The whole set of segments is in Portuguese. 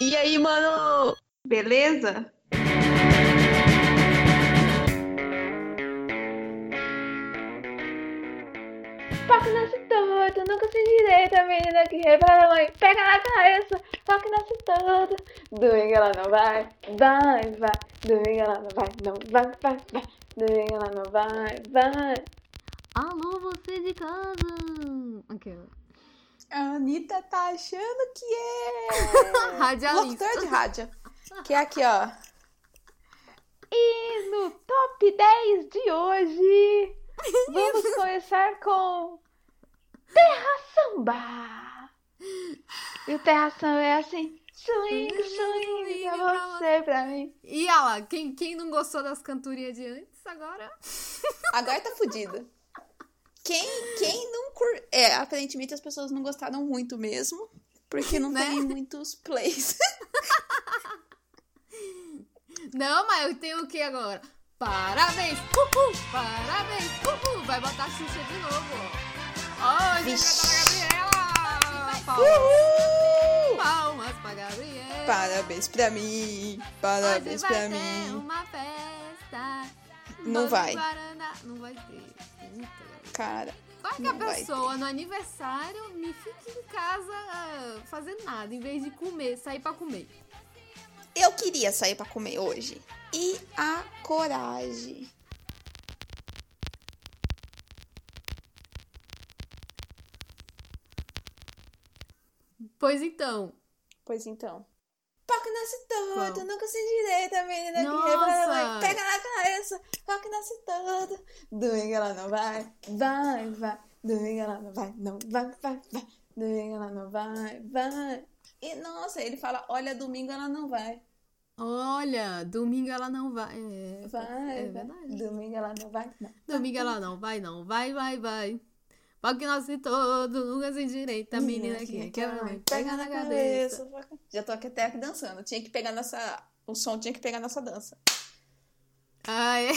E aí, mano? Beleza? Toque nasce torto, nunca se direita, a menina que repara, mãe, pega na cabeça, toque nasce torto. Domingo ela não vai, vai, vai, domingo ela não vai, não vai, vai, vai, domingo ela não vai, vai. Alô, você de casa! Aqui, A Anitta tá achando que ó. é. Radialista. Locutora de rádio. Que é aqui, ó. E no top 10 de hoje, vamos começar com Terra Samba. E o Terra Samba é assim, swing, swing, Swing pra pra você, pra mim. E olha lá, quem, quem não gostou das cantorias de antes, agora... Agora tá fudida. Quem, quem não cur... É, aparentemente as pessoas não gostaram muito mesmo. Porque não Né? tem muitos plays. Não, mas eu tenho o que agora? Parabéns! Uhul! Parabéns! Uhul! Vai botar a Xuxa de novo, ó. Hoje Vixe. pra Gabriela! Palmas, Uhul! palmas pra Gabriela! Parabéns pra mim. Parabéns Hoje vai pra ter mim. uma festa. Não Doce vai. Guaraná. Não vai ter. Então, Eita, galera. Cara, Vai que Não a vai pessoa no aniversário me fique em casa ah, fazendo nada, em vez de comer, sair pra comer. eu queria sair pra comer hoje. E a coragem. Pois então, Pois então. Toque nasce todo, Qual? nunca se direita, menina que Nossa! rebala, mãe. Pega na cabeça, toque nasce todo. Domingo ela não vai, vai, vai. Domingo ela não vai, não vai, vai, vai. Domingo ela não vai, vai. E nossa, ele fala, olha, domingo ela não vai. Olha, domingo ela não vai. É, Vai, é vai. verdade. Domingo ela não vai, não. Domingo ela não vai, não. Vai, vai, vai. Pau que nasce todo, nunca sem direita, menina que quebra mãe, pega na cabeça. cabeça. Já tô aqui até aqui dançando. Tinha que pegar nossa. O som tinha que pegar nossa dança. Ah, é.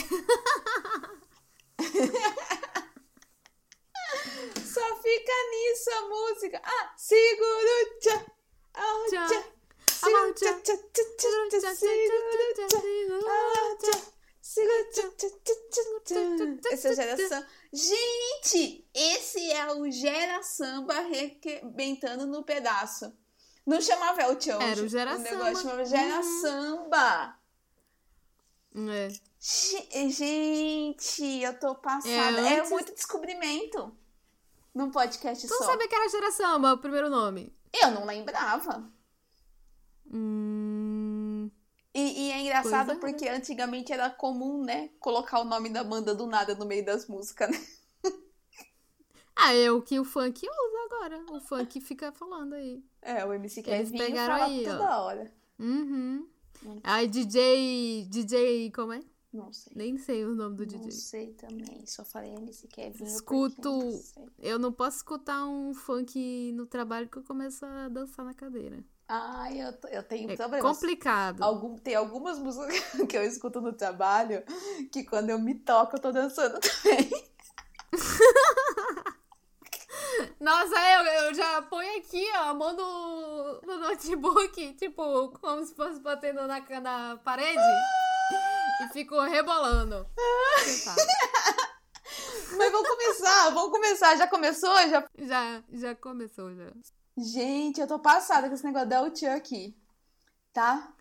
Só fica nisso a música. Ah, seguro tchá. Ah, Tchá. tchá. Seguro tchá, tchá, tchá, tchá, tchá, seguro tchá. Ah, tchá. Seguro tchá, tchá, tchá, tchá, tchá. Essa é a geração. Gente, esse é o Gera Samba arrebentando no pedaço. Não chamava El Tchão. Era o Gera O negócio Samba. chamava Gera Uhum. Samba. É. Ge- Gente, eu tô passada. É, É, antes- muito descobrimento num podcast Tu não só. sabia que era Gera Samba, o primeiro nome? Eu não lembrava. Hum... E, e é engraçado Pois é. porque antigamente era comum, né? Colocar o nome da banda do nada no meio das músicas, né? Ah, é o que o funk usa agora. O funk fica falando aí. É, o MC Eles Kevinho pegaram fala aí, ó. toda hora. Uhum. Hum. Aí DJ. DJ, como é? Não sei. Nem sei o nome do Não DJ. sei também. Só falei MC Kevinho. Escuto- porque eu não sei. Eu não posso escutar um funk no trabalho que eu começo a dançar na cadeira. Ai, eu, tô- eu tenho É problemas. complicado. Algum, tem algumas músicas que eu escuto no trabalho que quando eu me toco eu tô dançando também. Nossa, eu, eu já ponho aqui, ó, a mão no, no notebook, tipo, como se fosse batendo na, ca- na parede. e fico rebolando. Coitada. Mas vamos começar, vamos começar. Já começou? Já... já, já começou, já. Gente, eu tô passada com esse negócio da Uchan aqui, tá?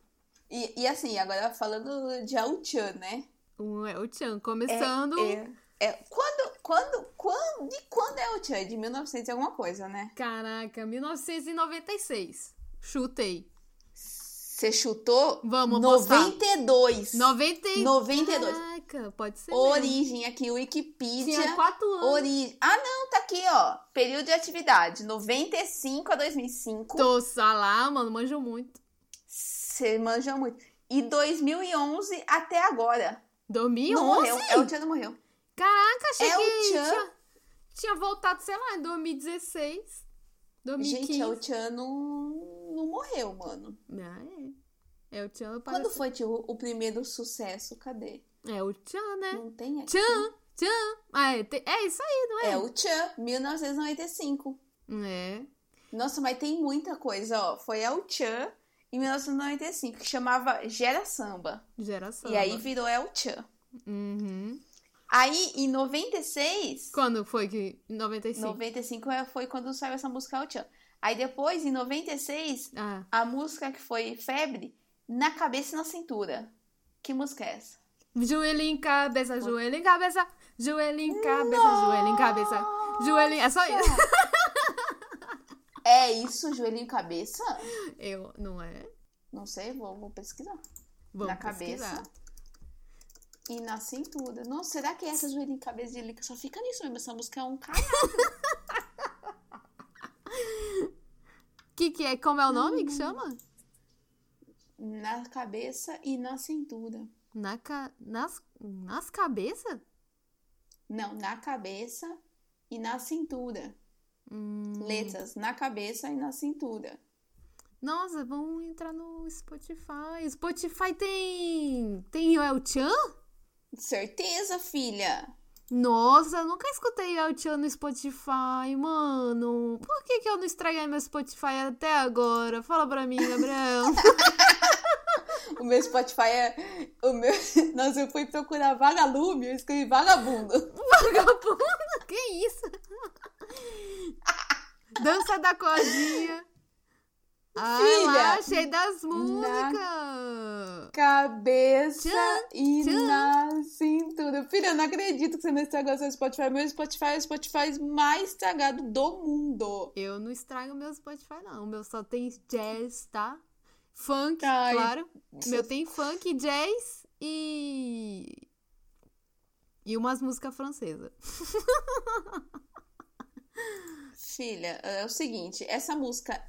E, e assim, agora falando de Uchan, né? Um é o Tchan, começando. É, é, quando, quando, quando, de quando é o Tchan? De 1900 e alguma coisa, né? Caraca, 1996. Chutei. Você chutou Vamos apostar. 92. 90... 92. Caraca, pode ser. mesmo. Origem aqui, Tinha Wikipedia. 4 anos. Origem. Ah, não, tá aqui, ó. Período de atividade, 95 a 2005. Tô só lá, mano, manjo muito. Você manja muito. E 2011 até agora. Não 2011? morreu. É o Tchan não morreu. Caraca, achei É o que Tchan. tinha, tinha voltado, sei lá, em 2016, 2015. Gente, é El Chan não, não morreu, mano. Ah, é. É o Tchan, Quando parece... foi tipo, o primeiro sucesso? Cadê? É o Tchan, né? Não tem aqui. Tchan, Tchan. Ah, é, te- é isso aí, não é? É o Chan, 1995. É. Nossa, mas tem muita coisa, ó. Foi El Chan em 1995, que chamava Gera Samba. Geração. E aí virou El Chan. Uhum. Aí, em 96, Quando foi que. 95. 95 é- foi quando saiu essa música El Chan. Aí depois, em 96, Ah, a música que foi febre, Na Cabeça e na Cintura. Que música é essa? joelhinho em cabeça, joelho em cabeça, joelho em cabeça, joelho em cabeça, joelho em... É só isso. É isso, joelhinho e cabeça? Eu, não é? Não sei, vou, vou pesquisar. Vamos na cabeça. pesquisar. E na cintura. Nossa, será que é essa joelhinho e cabeça de Lica só fica nisso mesmo? Essa música é um cara. Que que é? Como é o nome Hum. que chama? Na cabeça e na cintura. Na ca... nas... nas cabeças? Não, na cabeça e na cintura. Hum, Letras na cabeça e na cintura. Nossa, vamos entrar no Spotify. Spotify tem... Tem o El Chan? Certeza, filha! Nossa, eu nunca escutei El Chan no Spotify, mano. Por que que eu não estraguei meu Spotify até agora? Fala pra mim, Gabriel. O meu Spotify é. O meu... Nossa, eu fui procurar vagalume, eu escrevi vagabundo. Vagabundo, que isso? Dança da cordinha. Ah, Filha, lá, achei das músicas. Cabeça Tchan, e tchan. na cintura. Filha, eu não acredito que você não estragou seu Spotify. Meu Spotify é o Spotify mais estragado do mundo. Eu não estrago meu Spotify, não. O meu só tem jazz, tá? Funk, Ai. claro. O meu tem funk, jazz e... E umas músicas francesas. Filha, é o seguinte: essa música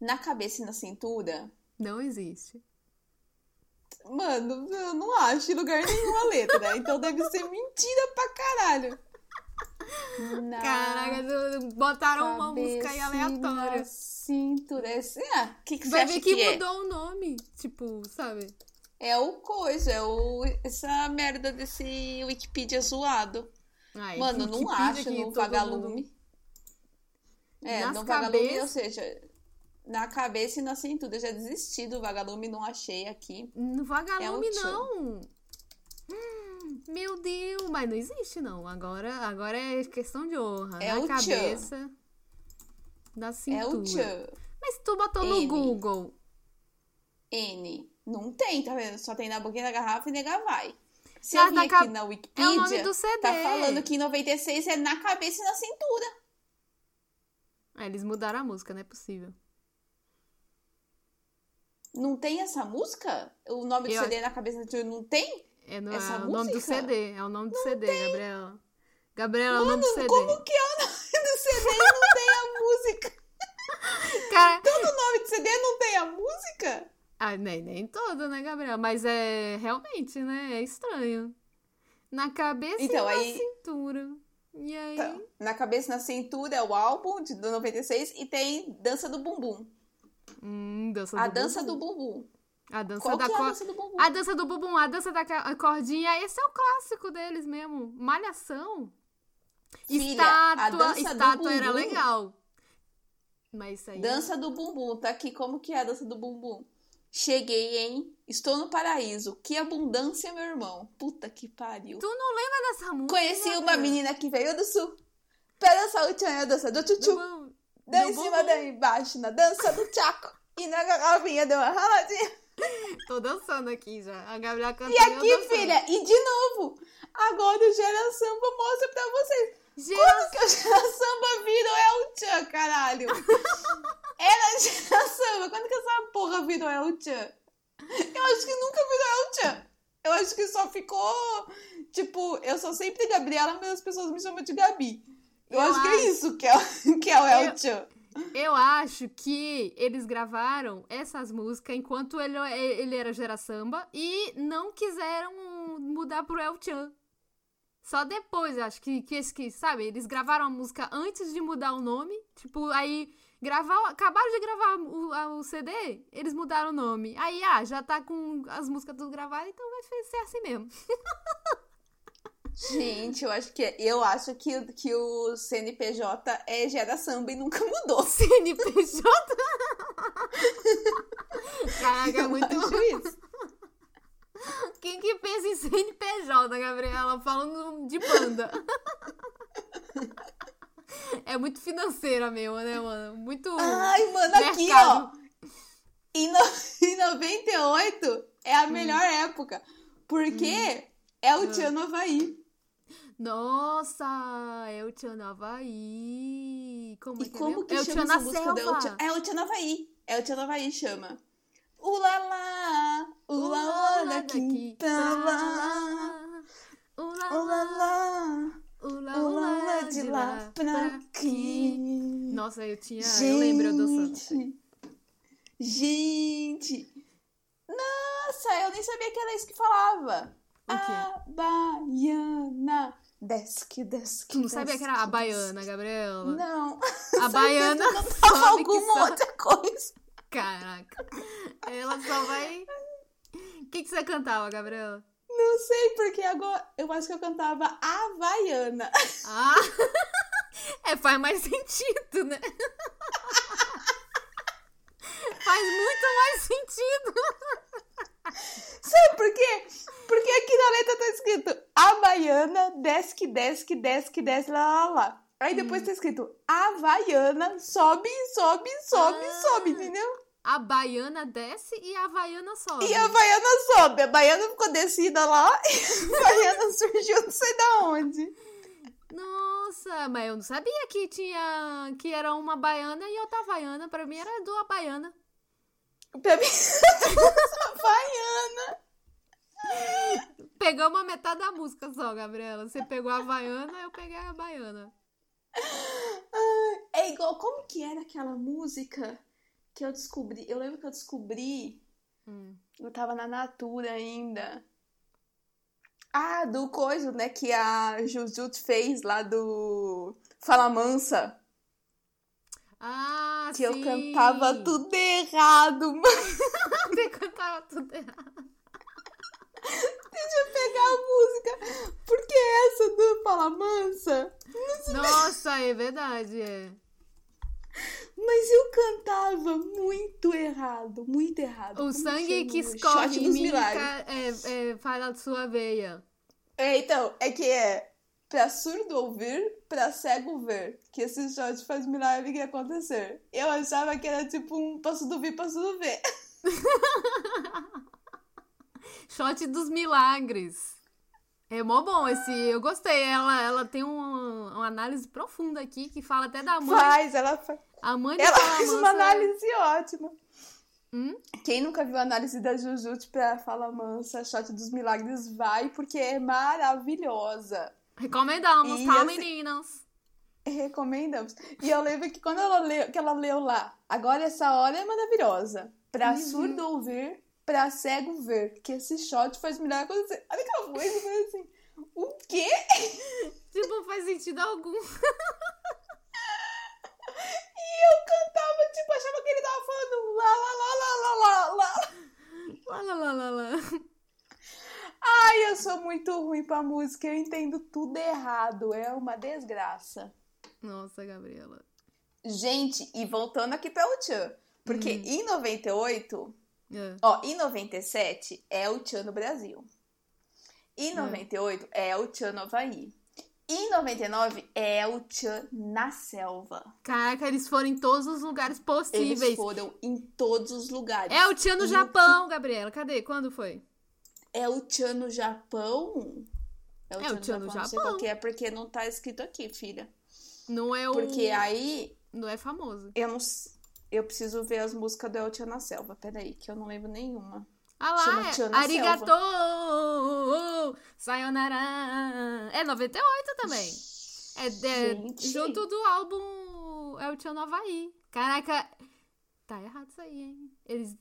na cabeça e na cintura. Não existe. Mano, eu não acho em lugar nenhum a letra. então deve ser mentira pra caralho. Na Caraca, botaram uma música cabeça aí e aleatória. Na cintura. Esse- Ah, o que, que você Vai acha ver que, que, é? mudou o nome. Tipo, sabe? É o coisa, é o... essa merda desse Wikipedia zoado. Ai, Mano, eu que- não que pide acho É, que no todo vagalume. mundo- É, Nas no vagalume, cabeças- ou seja, na cabeça e na cintura. Eu já desisti do vagalume, não achei aqui. No vagalume, É o tchan. não. Hum, meu Deus, mas não existe, não. Agora, agora é questão de honra. É na o tchan. cabeça, na É o cintura. tchan. mas tu botou no Ele. Google. N. Não tem, tá vendo? Só tem na boquinha da garrafa e nega vai. Se eu Mas vim Tá na aqui na ca- É o nome Wikipedia, do CD. tá falando que em 96 é na cabeça e na cintura. Ah, eles mudaram a música, não é possível. Não tem essa música? O nome do Eu CD é na cabeça e na cintura não tem? É, no- Essa é o nome do música? CD. É o nome do CD, Gabriela. Gabriela, é o nome do CD. Como que é o nome do CD e não tem a música? Cara, O nome do CD não tem a música? Ah, nem, nem todo, né, Gabriel? Mas é realmente, né? É estranho. Na cabeça Então, e na aí- cintura. E aí? Tá. Na cabeça, na cintura, é o álbum de 96 e tem Dança do Bumbum. Hum, dança A do dança bumbum. do bumbum. A dança Qual da que é a cor- dança do bumbum? A dança do bumbum, a dança da ca- cordinha. Esse é o clássico deles mesmo. Malhação. Filha, a estátua. dança do estátua era bumbum- legal. Mas isso aí. é Dança do bumbum, tá aqui. Como que é a dança do bumbum? Cheguei, hein? Estou no paraíso. Que abundância, meu irmão. Puta que pariu. Tu não lembra dessa música? Conheci uma Gabriel? menina que veio do sul. Pra dançar o tchan, a dança do Do tchutchu. bum- Deu do em cima, bumbum. deu embaixo, na dança do tchaco. E na garrafinha deu uma raladinha. Tô dançando aqui já. A Gabriela cantando. E aqui, filha, e de novo. Agora o Gera Samba mostra pra vocês. Quando que o Gera Samba virou El Chan, caralho? Era Gera Samba. Quando que essa porra virou El Chan? Eu acho que nunca virou El Chan. Eu acho que só ficou. Tipo, eu sou sempre Gabriela, mas as pessoas me chamam de Gabi. Eu, Eu acho, que é acho. isso que é, o- que é o El Eu- Chan. Eu acho que eles gravaram essas músicas enquanto ele, ele era gera samba e não quiseram mudar pro El Chan. Só depois, eu acho que, que, esse- que, sabe, eles gravaram a música antes de mudar o nome. Tipo, aí gravar, acabaram de gravar o, a- o CD, eles mudaram o nome. Aí, ah, já tá com as músicas tudo gravadas, então vai ser assim mesmo. Gente, eu acho que, eu acho que, que o CNPJ é Gera Samba e nunca mudou. CNPJ? Caraca, é Eu muito. acho isso. Quem que pensa em CNPJ, Gabriela? Falando de banda. É muito financeira mesmo, né, mano? Muito. Ai, mano, aqui, ó. mercado. Em, no... em 98 é Hum. a melhor época. Porque é Ah. o Tchan no Havaí. Nossa, é o Tchan no Havaí. Como E é que como é? mesmo? que é o chama Tchan essa na música? selva. da- É o Tchan- É o Tchan no Havaí. É o Tchan no Havaí chama. Ulalá, ulalá É da tá. tá Quintana. Ulalá, Ulalá, ulalá de lá pra aqui. Nossa, eu tinha. Ah, Eu lembro eu dançando. Gente. Gente. Nossa, eu nem sabia que era isso que falava. O quê? A baiana. Desce, que desce. Tu não sabia que era a baiana, Gabriela? Não. A baiana Falava sabe que alguma só... outra coisa. Caraca. Ela só vai... O que, que você cantava, Gabriela? Não sei, porque agora eu acho que eu cantava Havaiana. Ah! É, faz mais sentido, né? Faz muito mais sentido. Sabe por quê? Porque aqui na letra tá escrito Havaiana, desce, que desce, que desce, que desce, lá, lá, lá. Aí depois tá escrito Havaiana, sobe, sobe, sobe, Ah. sobe, entendeu? A baiana desce e a havaiana sobe. E a Havaiana sobe. A Baiana ficou descida lá e a Havaiana surgiu não sei da onde. Nossa, mas eu não sabia que tinha... Que era uma baiana e outra havaiana. Pra mim era duas baiana. Pra mim, Havaiana. Pegamos a metade da música só, Gabriela. Você pegou a havaiana, eu peguei a baiana. É igual, como que era aquela música que eu descobri? Eu lembro que eu descobri Hum. Eu tava na Natura ainda. Ah, do coisa, né, que a Jujut fez lá do Fala Mansa, Ah, que eu sim. cantava tudo errado, mas Você cantava tudo errado. pegar a música. Por que essa do Fala Mansa? Nossa, é verdade. é. Mas eu cantava muito errado, muito errado. O Como sangue chama que o escorre Shot em dos mim Milagres. ca- é, é, faz a sua veia. É, então, é que é pra surdo ouvir, pra cego ver. Que esse shot faz milagre acontecer. Eu achava que era tipo um passo do vi, passo do ver. Shot dos milagres. É mó bom esse. Eu gostei. Ela, ela tem um- uma análise profunda aqui que fala até da mãe. Faz, ela faz. A mãe é. do Ela Fala fez uma Mansa- análise ótima. Hum? Quem nunca viu a análise da Jujut pra Fala Mansa, Shot dos Milagres, vai, porque é maravilhosa. Recomendamos, E tá, assim- meninas? Recomendamos. E eu lembro que quando ela leu, que ela leu lá, agora essa hora é maravilhosa. Pra surdo ouvir, pra cego ver. Que esse shot faz melhor acontecer. Olha que ela foi, foi assim. O quê? Tipo, não faz sentido algum. E eu cantava, tipo, achava que ele tava falando lá, lá, lá, lá, lá, lá, lá. Lá, lá, lá, lá, lá. Ai, eu sou muito ruim pra música, eu entendo tudo errado. É uma desgraça. Nossa, Gabriela. Gente, e voltando aqui pra o Tchan. Porque em 98, É. ó, em 97 é o Tchan no Brasil. Em É. 98 é o Tchan no Havaí. Em 99 é o Tchan na selva. Caraca, eles foram em todos os lugares Eles possíveis. foram em todos os lugares. É o Tchan no E- Japão, Gabriela. Cadê? Quando foi? É o Tchan no Japão? É o Tchan no Não sei Japão. qual que é, porque não tá escrito aqui, filha. Não é o. Porque aí Não é famoso. Eu não. s- Eu preciso ver as músicas do El Tchan na Selva. Peraí, que eu não lembro nenhuma. Ah Chama lá, Tchan é na Arigato! Sayonara! É 98 também. É, é Gente. junto do álbum É o Tchan no Havaí. Caraca, tá errado isso aí, hein? Eles...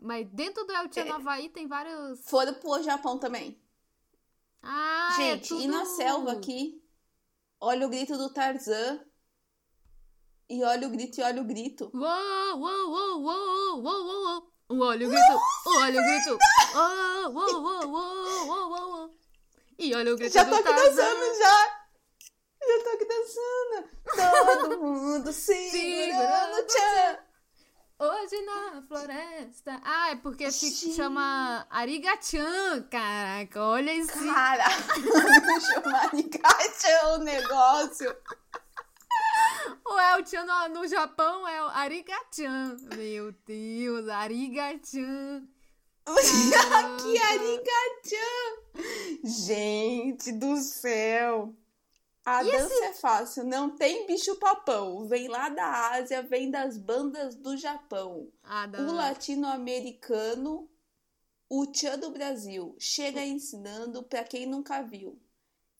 Mas dentro do El Tchan É. no Havaí tem vários. Foram pro Japão também. Ah, é Gente, e na tudo- selva aqui, olha o grito do Tarzan. E olha o grito, e olha o grito. Uou, uou, uou, uou, uou, uou, uou. O olho grito, o olho grito. Uou, uou, uou, uou, uou, uou, uou. E olha o grito Já do tô aqui Tarzan. dançando, já! Já tô aqui dançando! Todo mundo segurando o Tchan! Hoje na floresta. Ah, é porque se chama Arigachan, caraca. Olha esse. Cara, chamar Nikati é um negócio. O El-chan no, no Japão é o Arigachan. Meu Deus, Arigachan. que Arigachan! Gente do céu! A E assim dança é fácil, não tem bicho papão. Vem lá da Ásia, vem das bandas do Japão. Ah, da... O latino-americano, o tchan do Brasil, chega ensinando pra quem nunca viu.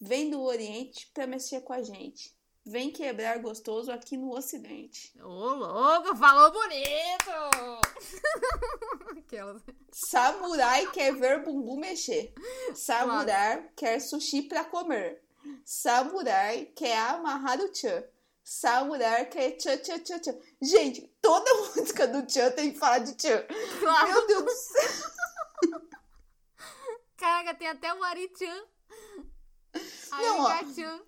Vem do Oriente pra mexer com a gente. Vem quebrar gostoso aqui no Ocidente. Ô, louco, falou bonito! Aquelas. Samurai quer ver bumbum mexer. Samurai quer sushi pra comer. Samurai quer amarrar o tchan. Samurai quer tchan, tchan, tchan, tchan. Gente, toda música do tchan tem que falar de tchan. Claro. Meu Deus do céu. Caraca, tem até o Arichan. Não, ó. Arigachan.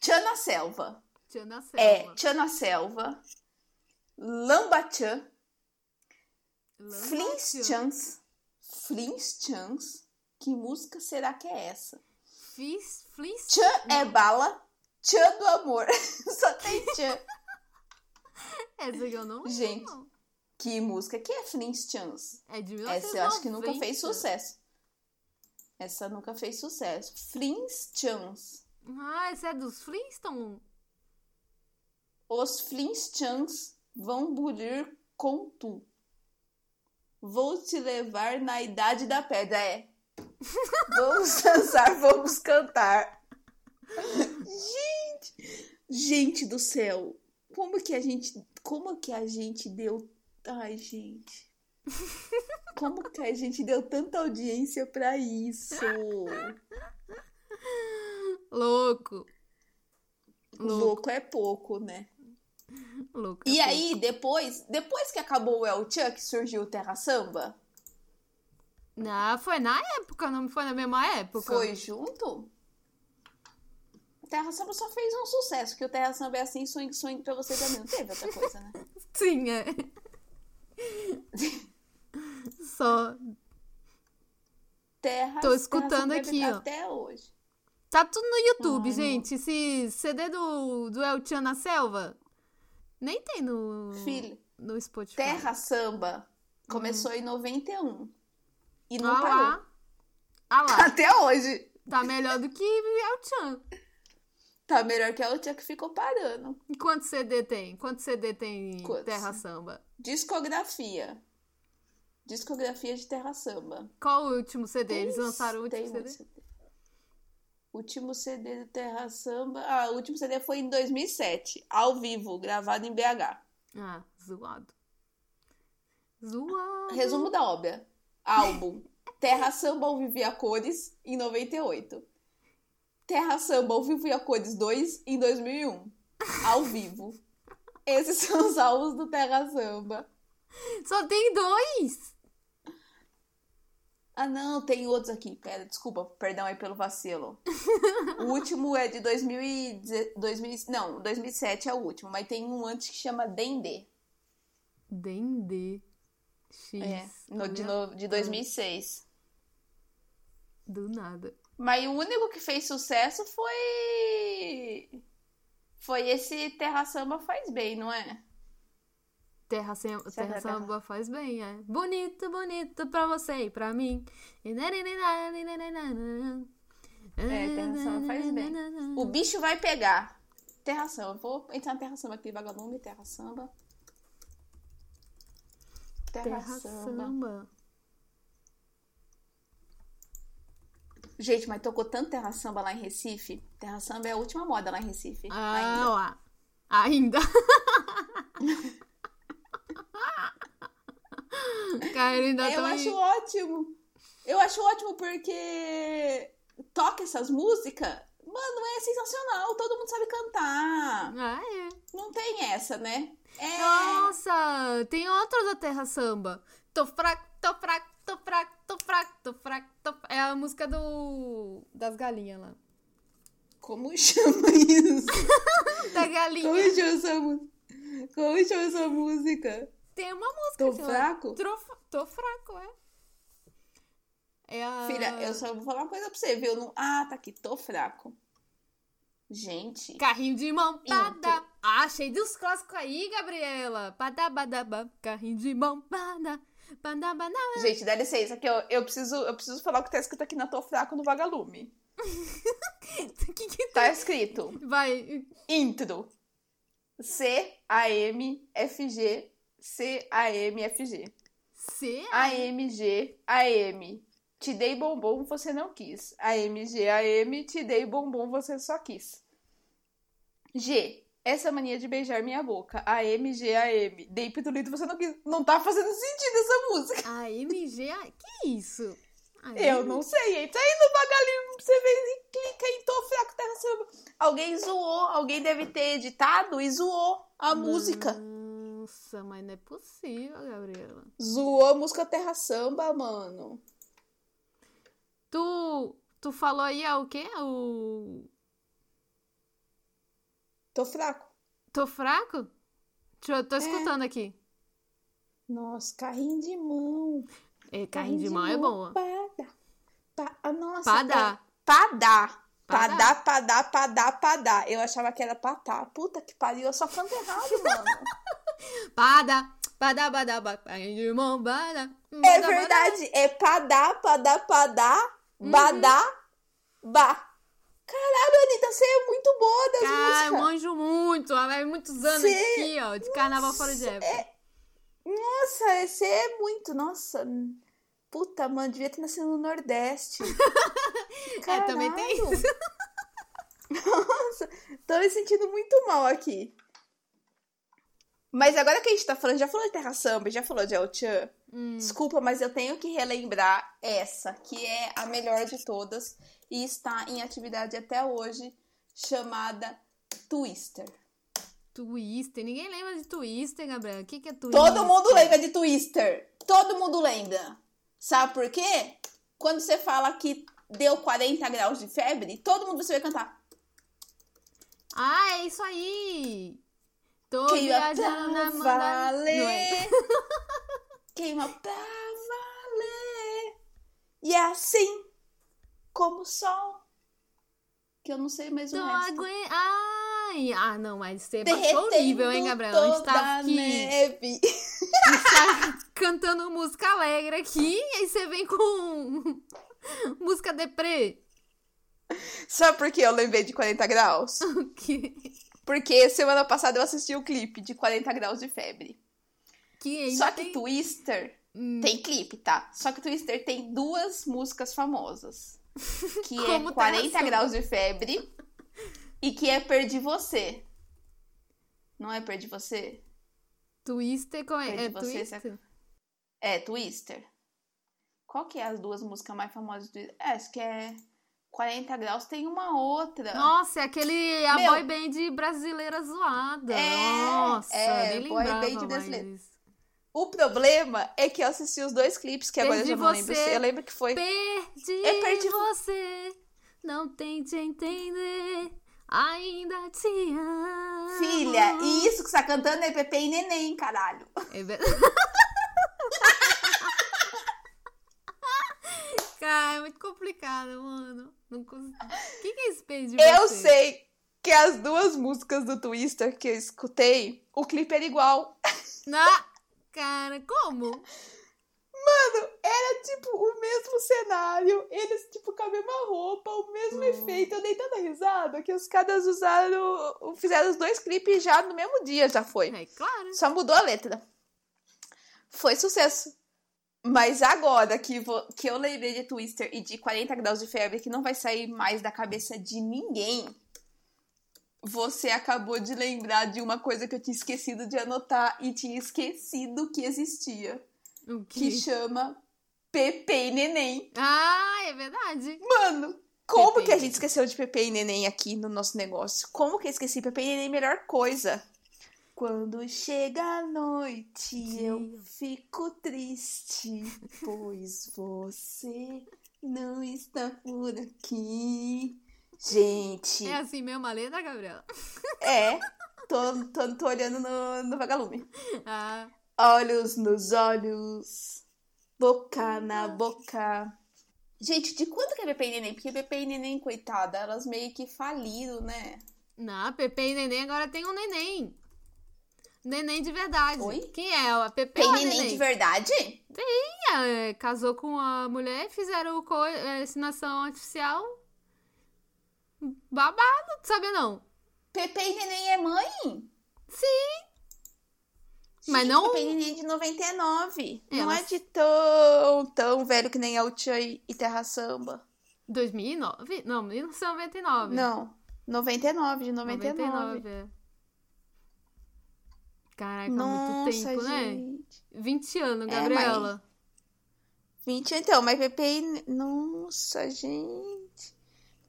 Tchan na selva. Tchan na selva. É, tchan na selva. Lamba tchan. Lambachan. Flintchans. Flintchans. Que música será que é essa? Fis, flis, Tchan é Hum. bala. Tchan do amor. Só tem tchan. Essa que eu não lembro, Gente. não. Que música que é Flintstones? É de 1990. Essa eu acho que nunca fez sucesso. Essa nunca fez sucesso. Flintstones. Ah, essa é dos Flintstones? Os Flintstones vão bulir com tu. Vou te levar na idade da pedra, é. Vamos dançar, vamos cantar. Gente, gente do céu, como que a gente, como que a gente deu, ai gente, como que a gente deu tanta audiência pra isso? Louco. Louco, Louco é pouco, né? louco. E aí depois, depois que acabou o El Chan, que surgiu o Terra Samba, Não, foi na época, não foi na mesma época? Foi junto? O Terra Samba só fez um sucesso, que o Terra Samba é assim, swing, swing pra você também. Não teve outra coisa, né? Sim, é. Só. Terra Tô Terra escutando Samba deve aqui, estar ó. Até hoje. Tá tudo no YouTube, Ai, gente. Esse CD do, do El Chan na Selva nem tem no, Filho, no Spotify. Terra Samba começou em 91. E não Hum. ah parou. lá. Ah lá. Até hoje. Tá melhor do que El Chan. Tá melhor que a outra que ficou parando. E quanto CD tem? Quanto CD tem Quantos? Terra Samba? Discografia. Discografia de Terra Samba. Qual o último CD? Eles Tem- lançaram o tem último muito CD? Último CD do Terra Samba. Ah, o último CD foi em 2007, ao vivo, gravado em BH. Ah, zoado. Zoado. Resumo da obra: álbum Terra Samba ao vivo e a cores, em 98. Terra Samba ao vivo e a cores 2, em 2001. Ao vivo. Esses são os álbuns do Terra Samba. Só tem dois! Ah, não, tem outros aqui. Pera, desculpa, perdão aí pelo vacilo. o último é de 2010, 2000, não, 2007 é o último, mas tem um antes que chama Dendê, Dendê. X. é, no- de, Olha, no- de 2006. Do nada. Mas o único que fez sucesso foi foi esse Terra Samba faz bem, não é? Terra, sem, terra terra. Samba faz bem, é. Bonito, bonito pra você e pra mim. É, Terra Samba faz bem. O bicho vai pegar. Terra Samba, vou entrar na Terra Samba aqui, vagalume, Terra Samba. Terra, Terra samba. Samba. Gente, mas tocou tanto terra samba lá em Recife. Terra samba é a última moda lá em Recife. Ah, ainda. lá. Ainda. Cara, eu ainda tá Eu tô acho em- ótimo. Eu acho ótimo porque toca essas músicas. Mano, é sensacional. Todo mundo sabe cantar. Ah, é. Não tem essa, né? É. Nossa, tem outro da Terra Samba. Tô fraco, tô fraco, tô fraco, tô fraco, tô fraco, tô fraco. É a música do... das galinhas lá. Como chama isso? Da galinha. Como chama essa música? Como chama essa música? Tem uma música Tô que fraco? Tô, tô fraco, é. É a... Filha, eu só vou falar uma coisa pra você, viu? Eu Não... Ah, tá aqui, tô fraco. Gente. Carrinho de mão, Pinto. pada. Ah, achei dos clássicos aí, Gabriela. Pada, badaba, carrinho de mão, pada. Pada, pada. Gente, dá licença, que eu, eu, preciso, eu preciso falar o que tá escrito aqui na Tô Fraco no Vagalume. Que que Tá escrito Vai. intro. C-A-M-F-G. É. C-A-M-F-G. C? AMG, AM. Te dei bombom, você não quis. AMG, AM. Te dei bombom, você só quis. G. Essa mania de beijar minha boca. AMG, AM. Dei pitulito, você não quis. Não tá fazendo sentido essa música. A M G A. Que isso? A Eu M- não sei. Entra aí no Magalinho pra você ver e clica em Tô Fraco Terra Samba. Alguém zoou, alguém deve ter editado e zoou a música. Nossa, mas não é possível, Gabriela. Zoou a música Terra Samba, mano. Tu, tu falou aí ah, o quê? O Tô fraco. tô fraco? Deixa É. eu tô escutando aqui. Nossa, carrinho de mão. É, carrinho de mão é boa. Pada. Pa... ah, Nossa. Padá. Padá. Padá. Padá, padá, padá, padá. Eu achava que era patá. Puta que pariu, eu só canto errado, mano. Pada, pada, pada, pada, carrinho de mão, hum, pada. É pada, verdade, é padá, padá, padá, Uhum. badá, ba. Caralho, Anitta, você é muito boa das Cara, eu músicas. manjo muito, há muitos anos Cê- aqui, ó, de carnaval fora de época. é, Nossa, você é muito, nossa. Puta, mano, devia ter nascido no Nordeste. É, também tem Caralho. isso. Nossa, tô me sentindo muito mal aqui. Mas agora que a gente tá falando, já falou de Terra Samba, já falou de El-Chan. Hum, Desculpa, mas eu tenho que relembrar essa, que é a melhor de todas e está em atividade até hoje, chamada Twister. Twister, ninguém lembra de Twister, Gabriela. O que que é Twister? Todo mundo lembra de Twister. Todo mundo lembra. Sabe por quê? Quando você fala que deu 40 graus de febre, todo mundo você vai cantar. Ah, é isso aí! Tô Queima pra viajando na Manda... Não é. valer. Queima pra valer. E assim como o sol. Que eu não sei mais o Tô resto. aguen... Ai, ah, não, mas você baixou o nível, hein, Gabriela? A gente toda tá a aqui neve. cantando música alegre aqui, e aí você vem com música deprê. Sabe por que eu lembrei de 40 graus? Que, Porque semana passada eu assisti o clipe de 40 graus de febre. que é ainda Só que tem- Twister Hum. tem clipe, tá? Só que Twister tem duas músicas famosas. Que Como é tá 40 essa? graus de febre e que é Perdi Você. Não é Perdi Você? Twister, como é? Perdi É você, Twister? É, Twister. Qual que é as duas músicas mais famosas do Twister? É, acho que é 40 graus, tem uma outra. Nossa, é aquele a Ah. Meu. boy band brasileira zoada. É, Nossa, é, nem boy lembrava band mais brasileira. disso. O problema é que eu assisti os dois clipes, que agora eu Perdi já não lembro. Você. Eu lembro que foi. Perdi, Eu É perdi vo- você, não tente entender, ainda te amo. Filha, e isso que você tá cantando é Pepe e Neném, caralho. É ver- Cara, é muito complicado, mano. Não consigo. O que, que é esse perdi Eu você? sei que as duas músicas do Twister que eu escutei, o clipe era igual. Na... Cara, como? Era tipo o mesmo cenário, eles tipo com a mesma roupa, o mesmo efeito. Eu dei tanta risada que os caras usaram, fizeram os dois clipes já no mesmo dia, já foi. É claro. Só mudou a letra. Foi sucesso. Mas agora que, vo- que eu lembrei de Twister e de 40 graus de febre, que não vai sair mais da cabeça de ninguém, você acabou de lembrar de uma coisa que eu tinha esquecido de anotar e tinha esquecido que existia, O que que? chama Pepe e Neném. Ah, é verdade. Mano, como Pepe e que a Neném. gente esqueceu de Pepe e Neném aqui no nosso negócio? Como que eu esqueci? Pepe e Neném é a melhor coisa. Quando chega a noite, eu fico triste, pois você não está por aqui. Gente, É assim mesmo a letra, Gabriela? é. Tô, tô, tô olhando no, no vagalume. Ah, Olhos nos olhos. Boca na boca. Gente, de quanto que é Pepe e Neném? Porque Pepe e Neném, coitada, elas meio que faliram, né? Não, Pepe e Neném agora tem um neném. Neném de verdade. Oi? Quem é? A Pepe Tem ou a neném, de verdade? Sim, é, casou com a mulher e fizeram o co- é, ensinação artificial. Babado, tu sabia não? Pepe e Neném é mãe? Sim. Mas não- Pepe e Neném é de 99. Não Elas- é de tão, tão velho que nem a Utia e e Terra Samba. 2009? Não, 1999. Não. 99, de 99. é. Caraca, muito Nossa, tempo, né? gente. 20 anos, É, Gabriela. 20 então, mas Pepe e... Ne- Nossa, gente.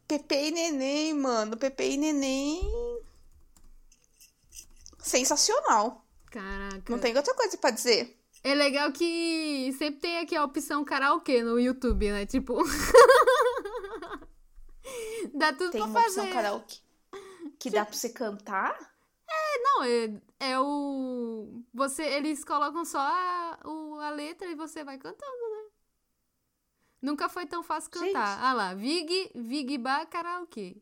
Pepe e Neném, mano. Pepe e Neném. Sensacional. Caraca. Não tem outra coisa pra dizer. É legal que sempre tem aqui a opção karaokê no YouTube, né? Tipo. Dá tudo Tem pra uma opção fazer. karaokê. Que dá pra você cantar? Não, é, é o. Você, eles colocam só a, o- a letra e você vai cantando, né? Nunca foi tão fácil cantar. Ah lá, Vig, Vig Bar Karaokê.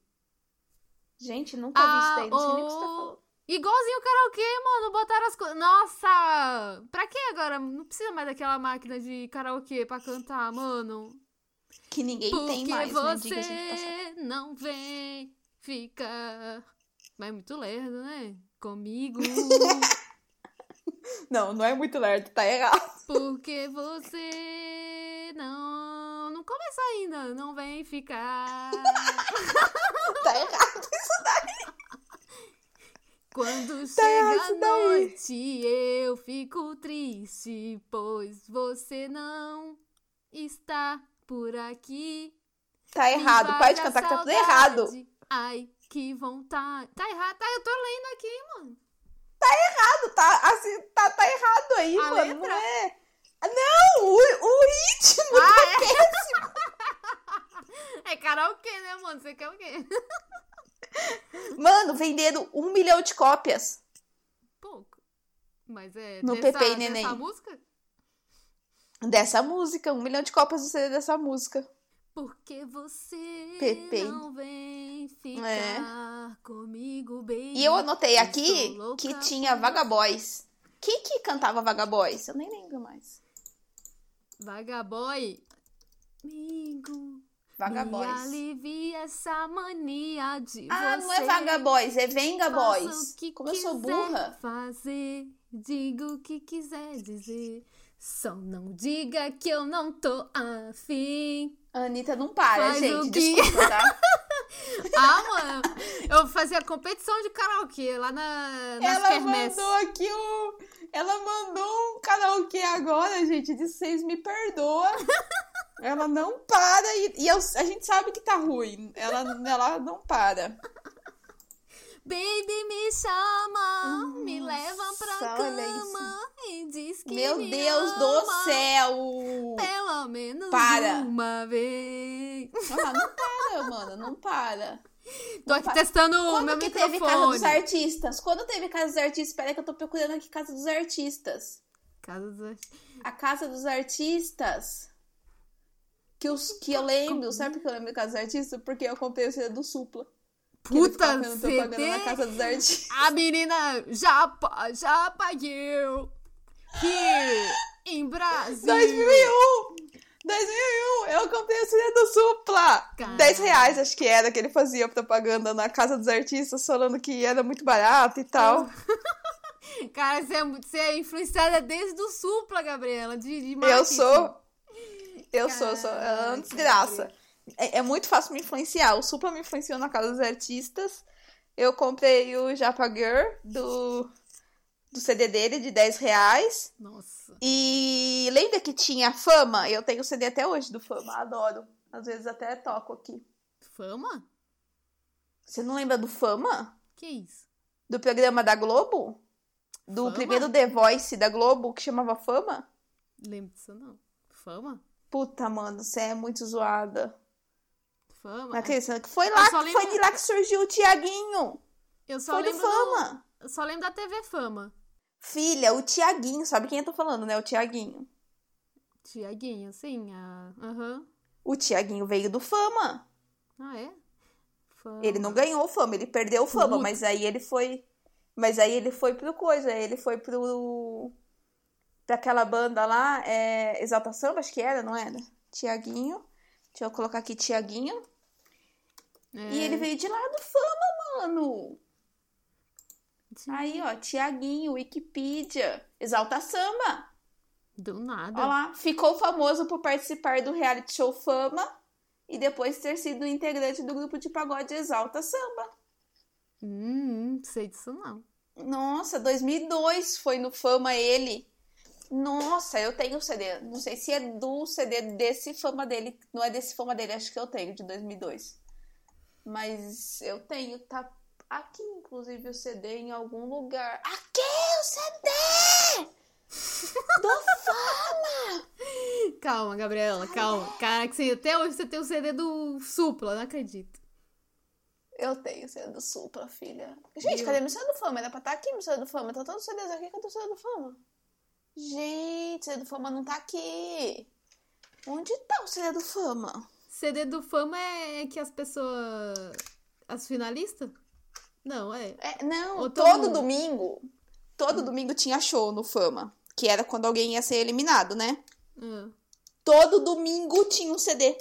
Gente, nunca vi isso Ah, daí. Não sei nem o que você tá o- falando. Igualzinho o karaokê, mano. Botaram as coisas. Nossa! Pra que agora? Não precisa mais daquela máquina de karaokê pra cantar, mano. Que ninguém tem Ah, Porque mais, né? você Diga-se de passagem. não vem, fica. Mas é muito lerdo, né? Comigo. Não, não é muito lerdo, tá errado. Porque você não. Não começou ainda. Não vem ficar. Tá errado. Quando Tá errado chega a isso daí. noite, eu fico triste, pois você não está por aqui. Tá Me errado. Para de bate a cantar que tá tudo saudade. errado. Ai, que vontade. Tá errado. Tá, eu tô lendo aqui, mano. Tá, assim, tá, tá errado aí, A mano. Não letra? é. Não, o, o ritmo tá péssimo. É karaokê, né, mano? Você quer o quê? Mano, venderam um milhão de cópias. Pouco. Mas é. No dessa, Pepe e dessa Neném. música? Dessa música, um milhão de cópias do CD dessa música. Porque você Pepe. É. não vem ficar comigo, baby. E eu anotei Eu aqui sou louca que tinha Vagaboys. Quem que cantava Vagaboys? Eu nem lembro mais. Vagaboy. Amigo. Me Vagaboys. alivia essa mania de Ah, você. não é Vagaboys, é Venga Faça Boys. o que Como eu sou quiser burra. Fazer, diga o que quiser dizer. Só não diga que eu não tô afim. A Anitta não para, Faz gente. o que- Desculpa, tá? Ah, mano, eu fazia competição de karaokê lá na, nas Ela quermesses. mandou aqui o. Ela mandou um karaokê agora, gente, de vocês me perdoa. Ela não para e, e eu- a gente sabe que tá ruim. Ela, ela não para. Baby, me chama, me Nossa, leva pra Hum, olha cama e diz que Meu me Deus ama É. do céu! Pelo menos Para. uma vez. Ela não para, mano, não para. Tô aqui pa- testando o Quando meu que microfone. teve Casa dos Artistas? Quando teve Casa dos Artistas? Peraí que eu tô procurando aqui Casa dos Artistas. Casa dos Artistas. A Casa dos Artistas. Que, os, que eu lembro, sabe por que eu lembro da Casa dos Artistas? Porque eu comprei o CD do Supla. Que ele ficava Puta fazendo propaganda na CD. Casa dos Artistas. A menina já, pa- já pagou. Here em Brasil. 2001! 2001! Eu comprei o CD do Supla! Caraca. 10 reais, acho que era, que ele fazia propaganda na Casa dos Artistas, falando que era muito barato e tal. Cara, você é, mu- você é influenciada desde o Supla, Gabriela. De, de eu marketing. sou... Eu sou, sou Caraca, é uma desgraça. É, é muito fácil me influenciar. O Supla me influenciou na Casa dos Artistas. Eu comprei o Japa Girl do, do CD dele, de 10 reais. Nossa. E lembra que tinha a Fama? Eu tenho o CD até hoje do Fama, adoro. Às vezes até toco aqui. Fama? Você não lembra do Fama? Que isso? Do programa da Globo? Do Fama? primeiro The Voice da Globo que chamava Fama? Lembro disso, não. Fama? Puta, mano, você é muito zoada. Fama? Não acredito. que Foi lá, É. Eu só foi de lembro- lá que surgiu o Tiaguinho. Eu só Foi do lembro do- Fama. eu só lembro da TV Fama. Filha, o Tiaguinho, sabe quem eu tô falando, né? O Tiaguinho. Tiaguinho, sim. a- Aham. O Tiaguinho veio do Fama. Ah, é? Fama. Ele não ganhou Fama, ele perdeu Fama, Puta. mas aí ele foi. Mas aí ele foi pro coisa, ele foi pro. pra aquela banda lá, é... Exalta Samba, acho que era, não era? Tiaguinho. Deixa eu colocar aqui Tiaguinho. É, E ele veio de lá do Fama, mano. sim. Aí, ó, Tiaguinho, Wikipedia, Exalta Samba. Do Olha nada. lá, ficou famoso por participar do reality show Fama e depois ter sido integrante do grupo de pagode Exalta Samba. Hum, não sei disso não. Nossa, 2002 foi no Fama ele. Nossa, eu tenho o CD. Não sei se é do CD desse Fama dele. Não é desse Fama dele, acho que eu tenho, de 2002. Mas eu tenho, tá aqui, inclusive, o CD em algum lugar. Aqui, o CD! Calma, Gabriela, é. calma. Cara, que você, até hoje você tem o CD do Supla, não acredito. Eu tenho CD do Supla, filha. Gente, Viu? cadê meu CD do Fama? Era pra estar aqui meu CD do Fama. Tá todos os CDs aqui. Cadê o CD do Fama? Gente, o CD do Fama não tá aqui. Onde tá o CD do Fama? CD do Fama é que as pessoas. As finalistas? Não, é. É, não, Ô, Tom. todo domingo, Hum. todo domingo tinha show no Fama. Que era quando alguém ia ser eliminado, né? Ah. Todo domingo tinha um CD.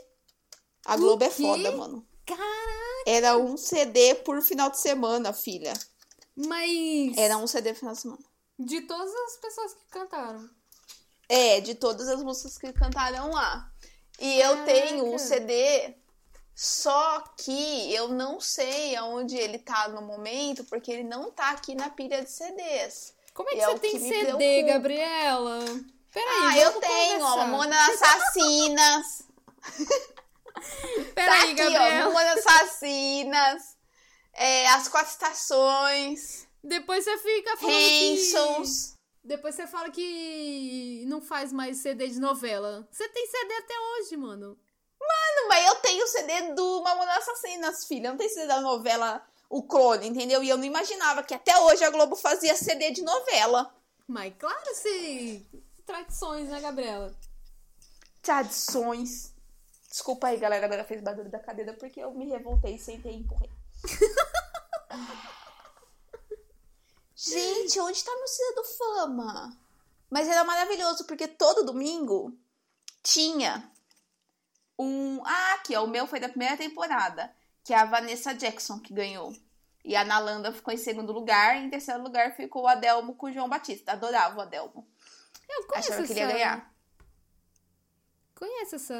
A Globo é quê? foda, mano. Cara, Era um CD por final de semana, filha. mas. Era um CD por final de semana. De todas as pessoas que cantaram. É, de todas as músicas que cantaram lá. E eu Caraca. tenho o CD, só que eu não sei aonde ele tá no momento, porque ele não tá aqui na pilha de CDs. Como é que E é você o tem que me CD, preocupa. Gabriela? Peraí, ah, vamos eu tenho, ó, conversar. Mona Assassinas. tá aqui, Peraí, ó, Gabriela. Mona Assassinas. é, As Quatro Estações, Depois você fica falando que... Hansons. Depois você fala que não faz mais CD de novela. Você tem CD até hoje, mano. Não, mas eu tenho o CD do Mamona Assassinas, filha. Eu não tenho CD da novela O Clone, entendeu? E eu não imaginava que até hoje a Globo fazia CD de novela. Mas claro, se... Tradições, né, Gabriela? Tradições. Desculpa aí, galera. Agora fez barulho da cadeira porque eu me revoltei, sentei e empurrei. Gente, onde tá meu CD do Fama? Mas era maravilhoso porque todo domingo tinha um. Ah, aqui, ó. O meu foi da primeira temporada, que é a Vanessa Jackson que ganhou. E a Nalanda ficou em segundo lugar. E em terceiro lugar ficou o Adelmo com o João Batista. Adorava o Adelmo. Eu conheço Achava que ele ia essa- ganhar. Conheço essa...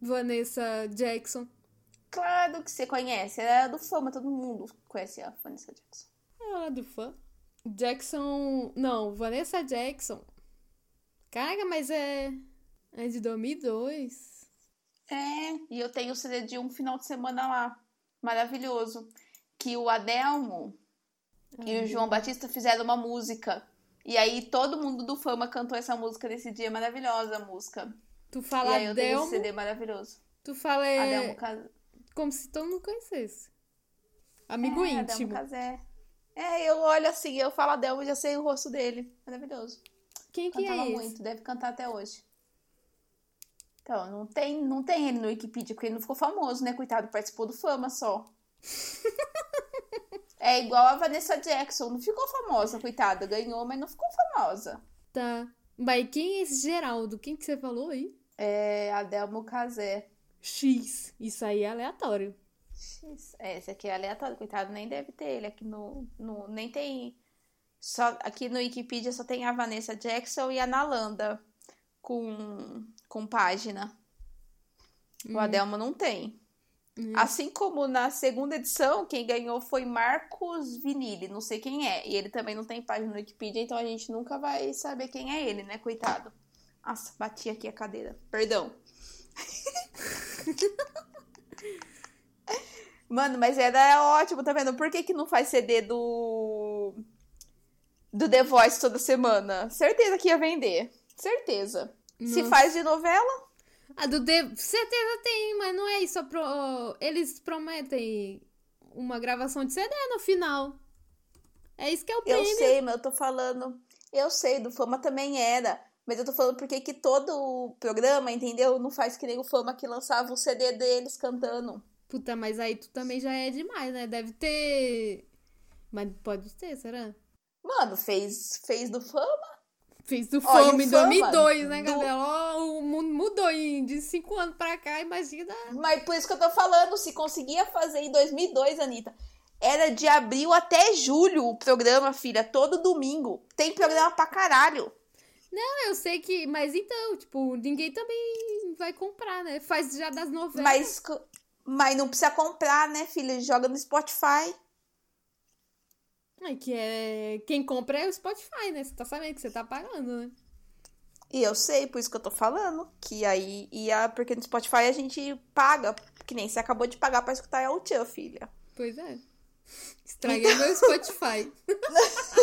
Vanessa Jackson. Claro que você conhece, ela é do fama, todo mundo conhece a Vanessa Jackson. Ela é do fã. Jackson... Não, Vanessa Jackson. Caraca, mas é... É de 2002. É, e eu tenho o CD de um final de semana lá, maravilhoso, que o Adelmo e o João Batista fizeram uma música. E aí todo mundo do fama cantou essa música nesse dia, maravilhosa a música. Tu e fala aí eu tenho esse Adelmo, CD maravilhoso. tu fala é, Adelmo Casé. como se todo mundo conhecesse. Amigo é, Adelmo íntimo. Casé. É, eu olho assim, eu falo Adelmo e já sei o rosto dele. Maravilhoso. Quem que Cantava é esse? muito, deve cantar até hoje. Então, não tem, não tem ele no Wikipedia, porque ele não ficou famoso, né? Coitado, participou do Fama só. é igual a Vanessa Jackson, não ficou famosa, coitada. Ganhou, mas não ficou famosa. Tá. Mas quem é esse Geraldo? Quem que você falou aí? É Adelmo Casé. X. Isso aí é aleatório. É, esse aqui é aleatório, coitado, nem deve ter ele aqui no. no nem tem. Só, aqui no Wikipedia só tem a Vanessa Jackson e a Nalanda com, com página. O Hum. Adelmo não tem. Hum. Assim como na segunda edição, quem ganhou foi Marcos Vinili, não sei quem é. E ele também não tem página no Wikipedia, então a gente nunca vai saber quem é ele, né, coitado. Nossa, bati aqui a cadeira. Perdão. Mano, mas era ótimo, tá vendo? Por que, que não faz CD do. do The Voice toda semana? Certeza que ia vender. Certeza. Se Nossa. faz de novela. A Ah, do De... Certeza tem, mas não é isso. a Pro... Eles prometem uma gravação de CD no final. É isso que é o Eu pênis. sei, mas eu tô falando. Eu sei, do Fama também era. Mas eu tô falando porque que todo o programa, entendeu? Não faz que nem o Fama que lançava o CD deles cantando. Puta, mas aí tu também já é demais, né? Deve ter. Mas pode ter, será? Mano, fez, fez do Fama. Fez do Olha, fome em fama 2002, né, do- Gabriela? Ó, o mundo mudou em- de 5 anos pra cá, imagina. Mas por isso que eu tô falando, se conseguia fazer em 2002, Anitta. Era de abril até julho o programa, filha. Todo domingo. Tem programa pra caralho. Ah, Eu sei que. Mas então, tipo, ninguém também vai comprar, né? Faz já das novelas. Mas, co- mas não precisa comprar, né, filha? Joga no Spotify. É que é... Quem compra é o Spotify, né? Você tá sabendo que você tá pagando, né? E eu sei, por isso que eu tô falando. Que aí ia. Porque no Spotify a gente paga. Que nem você acabou de pagar pra escutar El Tchan, filha. Pois é. Estraguei meu Spotify.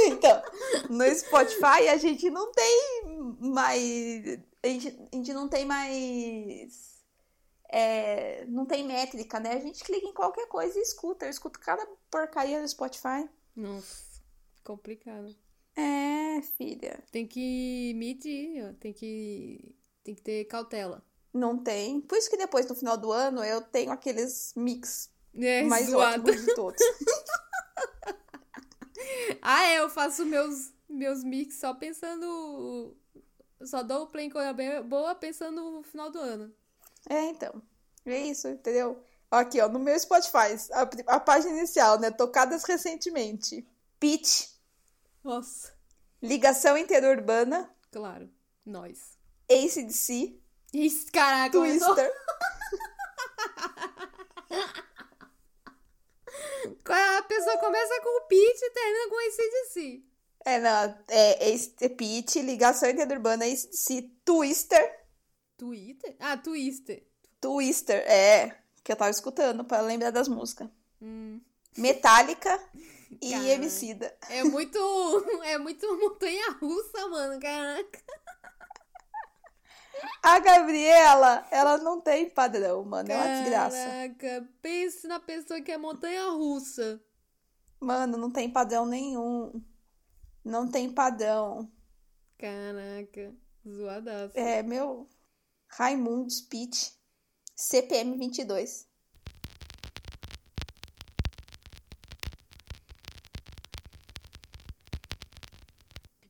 Então, no Spotify a gente não tem mais. A gente, a gente não tem mais. é, não tem métrica, né? A gente clica em qualquer coisa e escuta. Eu escuto cada porcaria no Spotify. Nossa, complicado. É, filha. Tem que medir, ó. Tem que. Tem que ter cautela. Não tem. Por isso que depois, no final do ano, eu tenho aqueles mix É, mais zoado. ótimos de todos. Ah, é, eu faço meus, meus mix só pensando. Só dou o play em coisa bem- boa pensando no final do ano. É, então. É isso, entendeu? Aqui, ó, no meu Spotify, a, pri- a página inicial, né? Tocadas recentemente. Pitch, Nossa, Ligação Interurbana, claro, nós. ACDC, Isso, caraca, começou- Twister. a pessoa começa com o pitch e termina com esse de si. É, não, é, Ace- é Pitch, Ligação Interurbana, ACDC, Twister. Twitter? Ah, Twister. Twister, é, que eu tava escutando pra lembrar das músicas. Hum, Metallica e Caralho. Emicida. é muito. é muito montanha russa, mano, caraca. A Gabriela, ela não tem padrão, mano. É uma desgraça. Caraca, pense na pessoa que é montanha russa. Mano, não tem padrão nenhum. Não tem padrão. Caraca, zoadaço. É, meu. Raimundos Pitt, CPM 22.